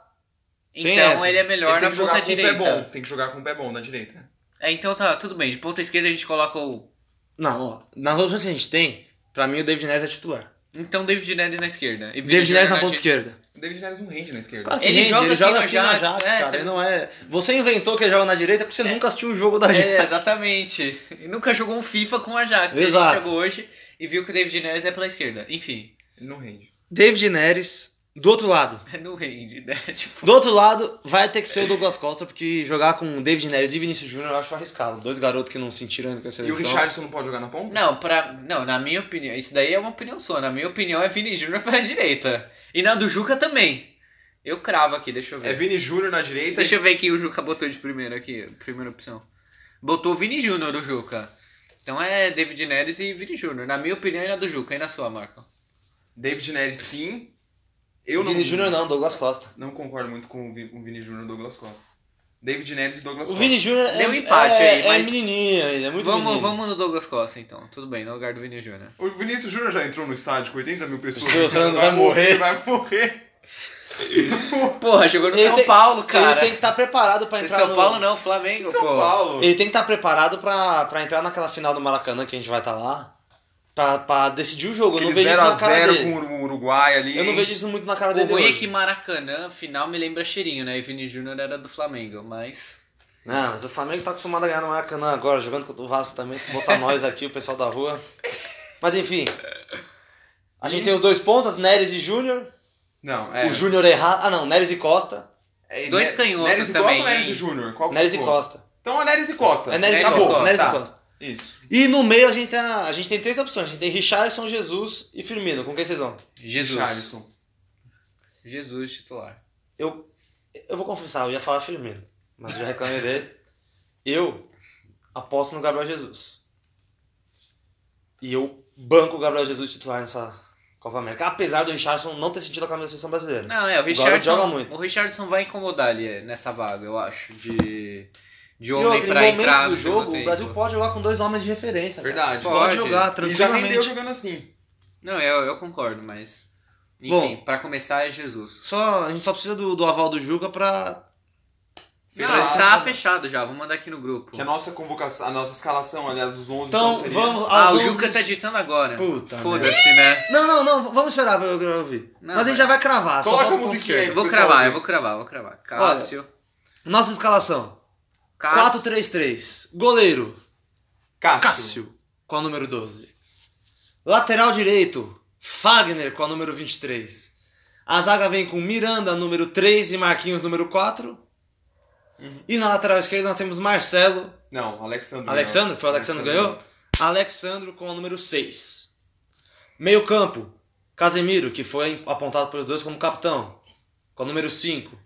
C: tem
B: Então
C: essa.
B: ele é
A: Ele
B: melhor
A: tem
B: na
A: que jogar
B: ponta
A: com
C: é
A: o pé
B: direita.
A: bom. Tem que jogar com o pé bom na direita.
B: É, então tá, tudo bem. De ponta esquerda a gente coloca o.
C: Não, ó. Nas opções que a gente tem, pra mim o David Neres é titular.
B: Então David Neres na esquerda. E Vini
C: David Neres na
B: Júnior
C: ponta esquerda.
A: O David Neres não rende na esquerda.
C: Claro que
B: Ele
C: rende,
B: joga
C: ele
B: assim
C: joga
B: na
C: assim na
B: Jax,
C: Jax,
B: é,
C: cara.
B: você-
C: Ele não é... Você inventou que ele joga na direita porque você nunca assistiu um jogo da
B: É,
C: Jax.
B: exatamente. E nunca jogou um FIFA com o Ajax. A
C: Exato.
B: gente jogou hoje e viu que o David Neres é pela esquerda. Enfim,
A: Ele não rende.
C: David Neres, do outro lado.
B: não rende, né? Tipo,
C: Do outro lado, vai ter que ser o Douglas Costa, porque jogar com David Neres e Vinícius Júnior eu acho arriscado. Dois garotos que não sentiram ainda com a
A: E o
C: seleção.
A: Richardson não pode jogar na ponta?
B: não, pra, não, na minha opinião, isso daí é uma opinião sua. Na minha opinião, é Vini Júnior pela direita. E na do Juca também. Eu cravo aqui, deixa eu ver.
A: É Vini Júnior na direita.
B: Deixa eu ver quem o Juca botou de primeiro aqui, primeira opção. Botou o Vini Júnior do Juca. Então é David Neres e Vini Júnior. Na minha opinião, é a do Juca, e na sua, Marco?
A: David Neres sim. Eu não,
C: Vini Júnior não, Douglas Costa.
A: não concordo muito com o Vi- com o Vini Júnior e Douglas Costa. David Neres e Douglas
C: O
A: Costa.
C: Vini Júnior é,
B: Deu um empate
C: é,
B: aí,
C: é
B: mas-
C: menininho ainda, é muito
B: Vamos,
C: menino.
B: vamos no Douglas Costa, então. Tudo bem, no lugar do Vini Júnior.
A: O Vinícius Júnior já entrou no estádio com 80 mil pessoas.
C: O seu Fernando vai
A: Vai morrer.
B: Porra, jogou no
C: Ele
B: São
C: tem-
B: Paulo, cara.
C: Ele tem que estar preparado pra
B: No
C: entrar
B: São
C: no...
B: Paulo não, é Flamengo,
A: São
B: pô.
A: Paulo.
C: Ele tem que estar preparado pra, pra entrar naquela final do Maracanã que a gente vai estar lá. Pra, pra decidir o jogo. Eu não
A: Aquele
C: vejo isso na cara
A: 0x0
C: dele.
A: com o Uruguai ali.
C: Eu não
A: hein?
C: vejo isso muito na cara
B: O
C: dele
B: ruim é
C: hoje.
B: que Maracanã, final, me lembra cheirinho, né? E Vini Júnior era do Flamengo, mas...
C: Não, mas o Flamengo tá acostumado a ganhar no Maracanã agora, jogando contra o Vasco também, se botar nós aqui, o pessoal da rua. Mas enfim. A gente tem os dois pontas, Neres e Júnior.
A: Não, é.
C: O Júnior errado. Ah não, Neres e Costa.
A: é,
B: Dois
A: Ne-
B: canhotos
A: Neres e Costa
B: também,
A: ou Neres e
B: hein?
A: Júnior? Qual que
C: Neres e
A: for?
C: Costa.
A: Então é Neres e Costa.
C: É Neres e
A: Acabou,
C: Costa, Neres e
A: tá.
C: Costa.
A: Isso.
C: E no meio a gente tem a, a gente tem três opções. A gente tem Richarlison, Jesus e Firmino. Com quem vocês vão?
B: Jesus.
A: Richarlison.
B: Jesus, titular.
C: Eu eu vou confessar, eu ia falar Firmino, mas eu já reclamei dele. Eu aposto no Gabriel Jesus. E eu banco o Gabriel Jesus titular nessa Copa América, apesar do Richardson não ter sentido a camisa da seleção brasileira.
B: Não, é, o
C: garoto
B: Richardson...
C: joga muito.
B: O Richardson vai incomodar ali é, nessa vaga, eu acho, de... De
C: E
B: homem
C: outro,
B: pra
C: em momentos
B: entrar
C: do
B: no segundo
C: jogo, o
B: tempo.
C: Brasil pode jogar com dois homens de referência. cara.
A: Verdade.
C: Pode,
B: Pode.
C: jogar
A: E já rendeu
C: Ah, tranquilamente.
A: jogando assim.
B: Não, eu, eu concordo, mas... Enfim,
C: Bom.
B: pra começar é Jesus.
C: Só, a gente só precisa do, do aval do Juca pra...
B: Não,
A: Fechado.
B: tá fechado já, vou mandar aqui no grupo.
A: Que a nossa convocação, a nossa escalação, aliás, dos 11
C: Então,
A: seria-
C: vamos aos
B: Ah, o
C: 11
B: Juca tá ditando agora.
C: Puta
B: Foda-se, né?
C: Não, não, não, vamos esperar pra eu ouvir.
B: Não,
C: mas a gente
B: vai.
C: já vai cravar, só
A: Coloca
C: falta
A: a
C: o ponto
A: musiquinha aí.
C: esquerdo.
B: Eu vou
A: Pessoal,
B: cravar,
A: né?
B: eu vou cravar, vou cravar. Cássio.
C: Nossa escalação.
B: Cássio.
C: 4-3-3. Goleiro.
A: Cássio.
C: Cássio com a número 12. Lateral direito, Fagner com a número 23. A zaga vem com Miranda, número 3, e Marquinhos, número 4. E na lateral esquerda nós temos Marcelo.
A: Uhum. Não, Alexandre.
C: Alexandro? Foi o Alexandro que ganhou? Alexandro com a número 6. Meio campo, Casemiro, que foi apontado pelos dois como capitão, com a número 5.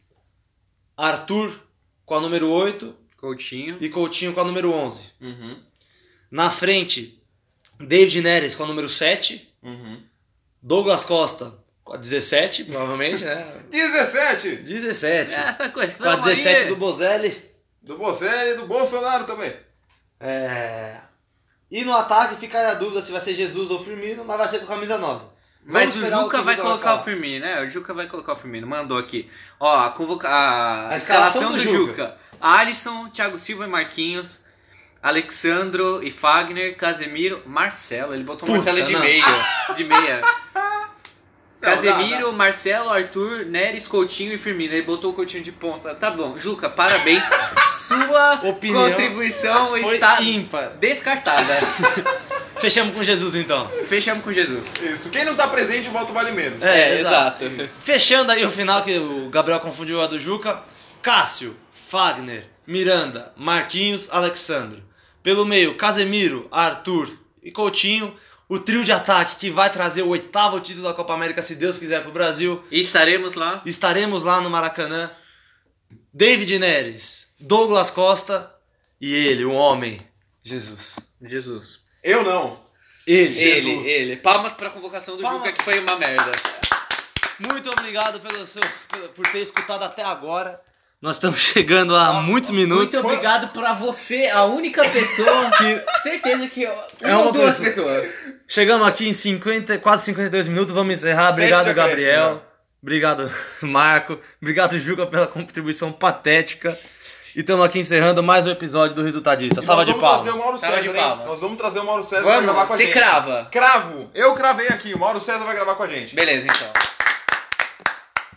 C: Arthur com a número 8
B: Coutinho.
C: e Coutinho com a número 11.
A: Uhum,
C: Na frente, David Neres com a número 7.
A: uhum.
C: Douglas Costa com a 17, provavelmente, né? É,
A: 17!
C: 17.
B: Essa coisa.
C: com a 17 do Bozelli.
A: Do Bocelli e do Bolsonaro também.
C: É... E no ataque fica a dúvida se vai ser Jesus ou Firmino, mas vai ser com camisa 9.
B: Mas o Juca vai colocar o Firmino, né? O Juca vai colocar o Firmino. Mandou aqui. Ó, a, convoca... a...
C: A
B: escalação,
C: escalação
B: do,
C: do
B: Juca. Alisson, Thiago Silva e Marquinhos. Alexandro e Fagner, Casemiro, Marcelo. Ele botou o
C: Puta,
B: Marcelo de
C: não.
B: meia. De meia.
A: Não,
B: Casemiro,
A: dá,
B: Marcelo, Arthur, Neres, Coutinho e Firmino. Ele botou o Coutinho de ponta. Tá bom. Juca, parabéns. Sua
C: Opinião
B: contribuição
C: Foi
B: está
C: ímpar.
B: descartada.
C: Fechamos com Jesus então.
B: Fechamos com Jesus.
A: Isso. Quem não tá presente, o voto vale menos.
C: É,
B: exato.
C: Fechando aí o final que o Gabriel confundiu a do Juca. Cássio, Fagner, Miranda, Marquinhos, Alexandro. Pelo meio, Casemiro, Arthur e Coutinho. O trio de ataque que vai trazer o oitavo título da Copa América, se Deus quiser, pro Brasil.
B: E estaremos lá.
C: Estaremos lá no Maracanã. David Neres, Douglas Costa e ele, o homem, Jesus.
B: Jesus.
A: Eu não.
C: Ele,
B: Ele, ele. Palmas pra convocação do
C: Palmas.
B: Juca, que foi uma merda.
C: Muito obrigado pelo seu, pelo- por ter escutado até agora. Nós estamos chegando a muitos minutos.
B: obrigado pra você, a única
C: Então,
B: pessoa que... Certeza que...
C: É uma pessoa.
B: pessoas.
C: Chegamos aqui em 50, quase 52 minutos, vamos encerrar.
A: Sempre
C: Obrigado,
A: de acréscimo,
C: Gabriel.
A: né?
C: Obrigado, Marco. Obrigado, Juca, pela contribuição patética. E estamos aqui encerrando mais um episódio do Resultadista. Salva
A: Nós
C: de
A: vamos
C: palmas.
A: Trazer o Mauro
B: Salva
A: César,
B: de
A: hein?
B: palmas.
A: Nós vamos trazer o Mauro César pra
B: Vamos,
A: gravar com a
B: você
A: gente.
B: crava.
A: Cravo. Eu cravei aqui. O Mauro César vai gravar com a gente.
B: Beleza, então.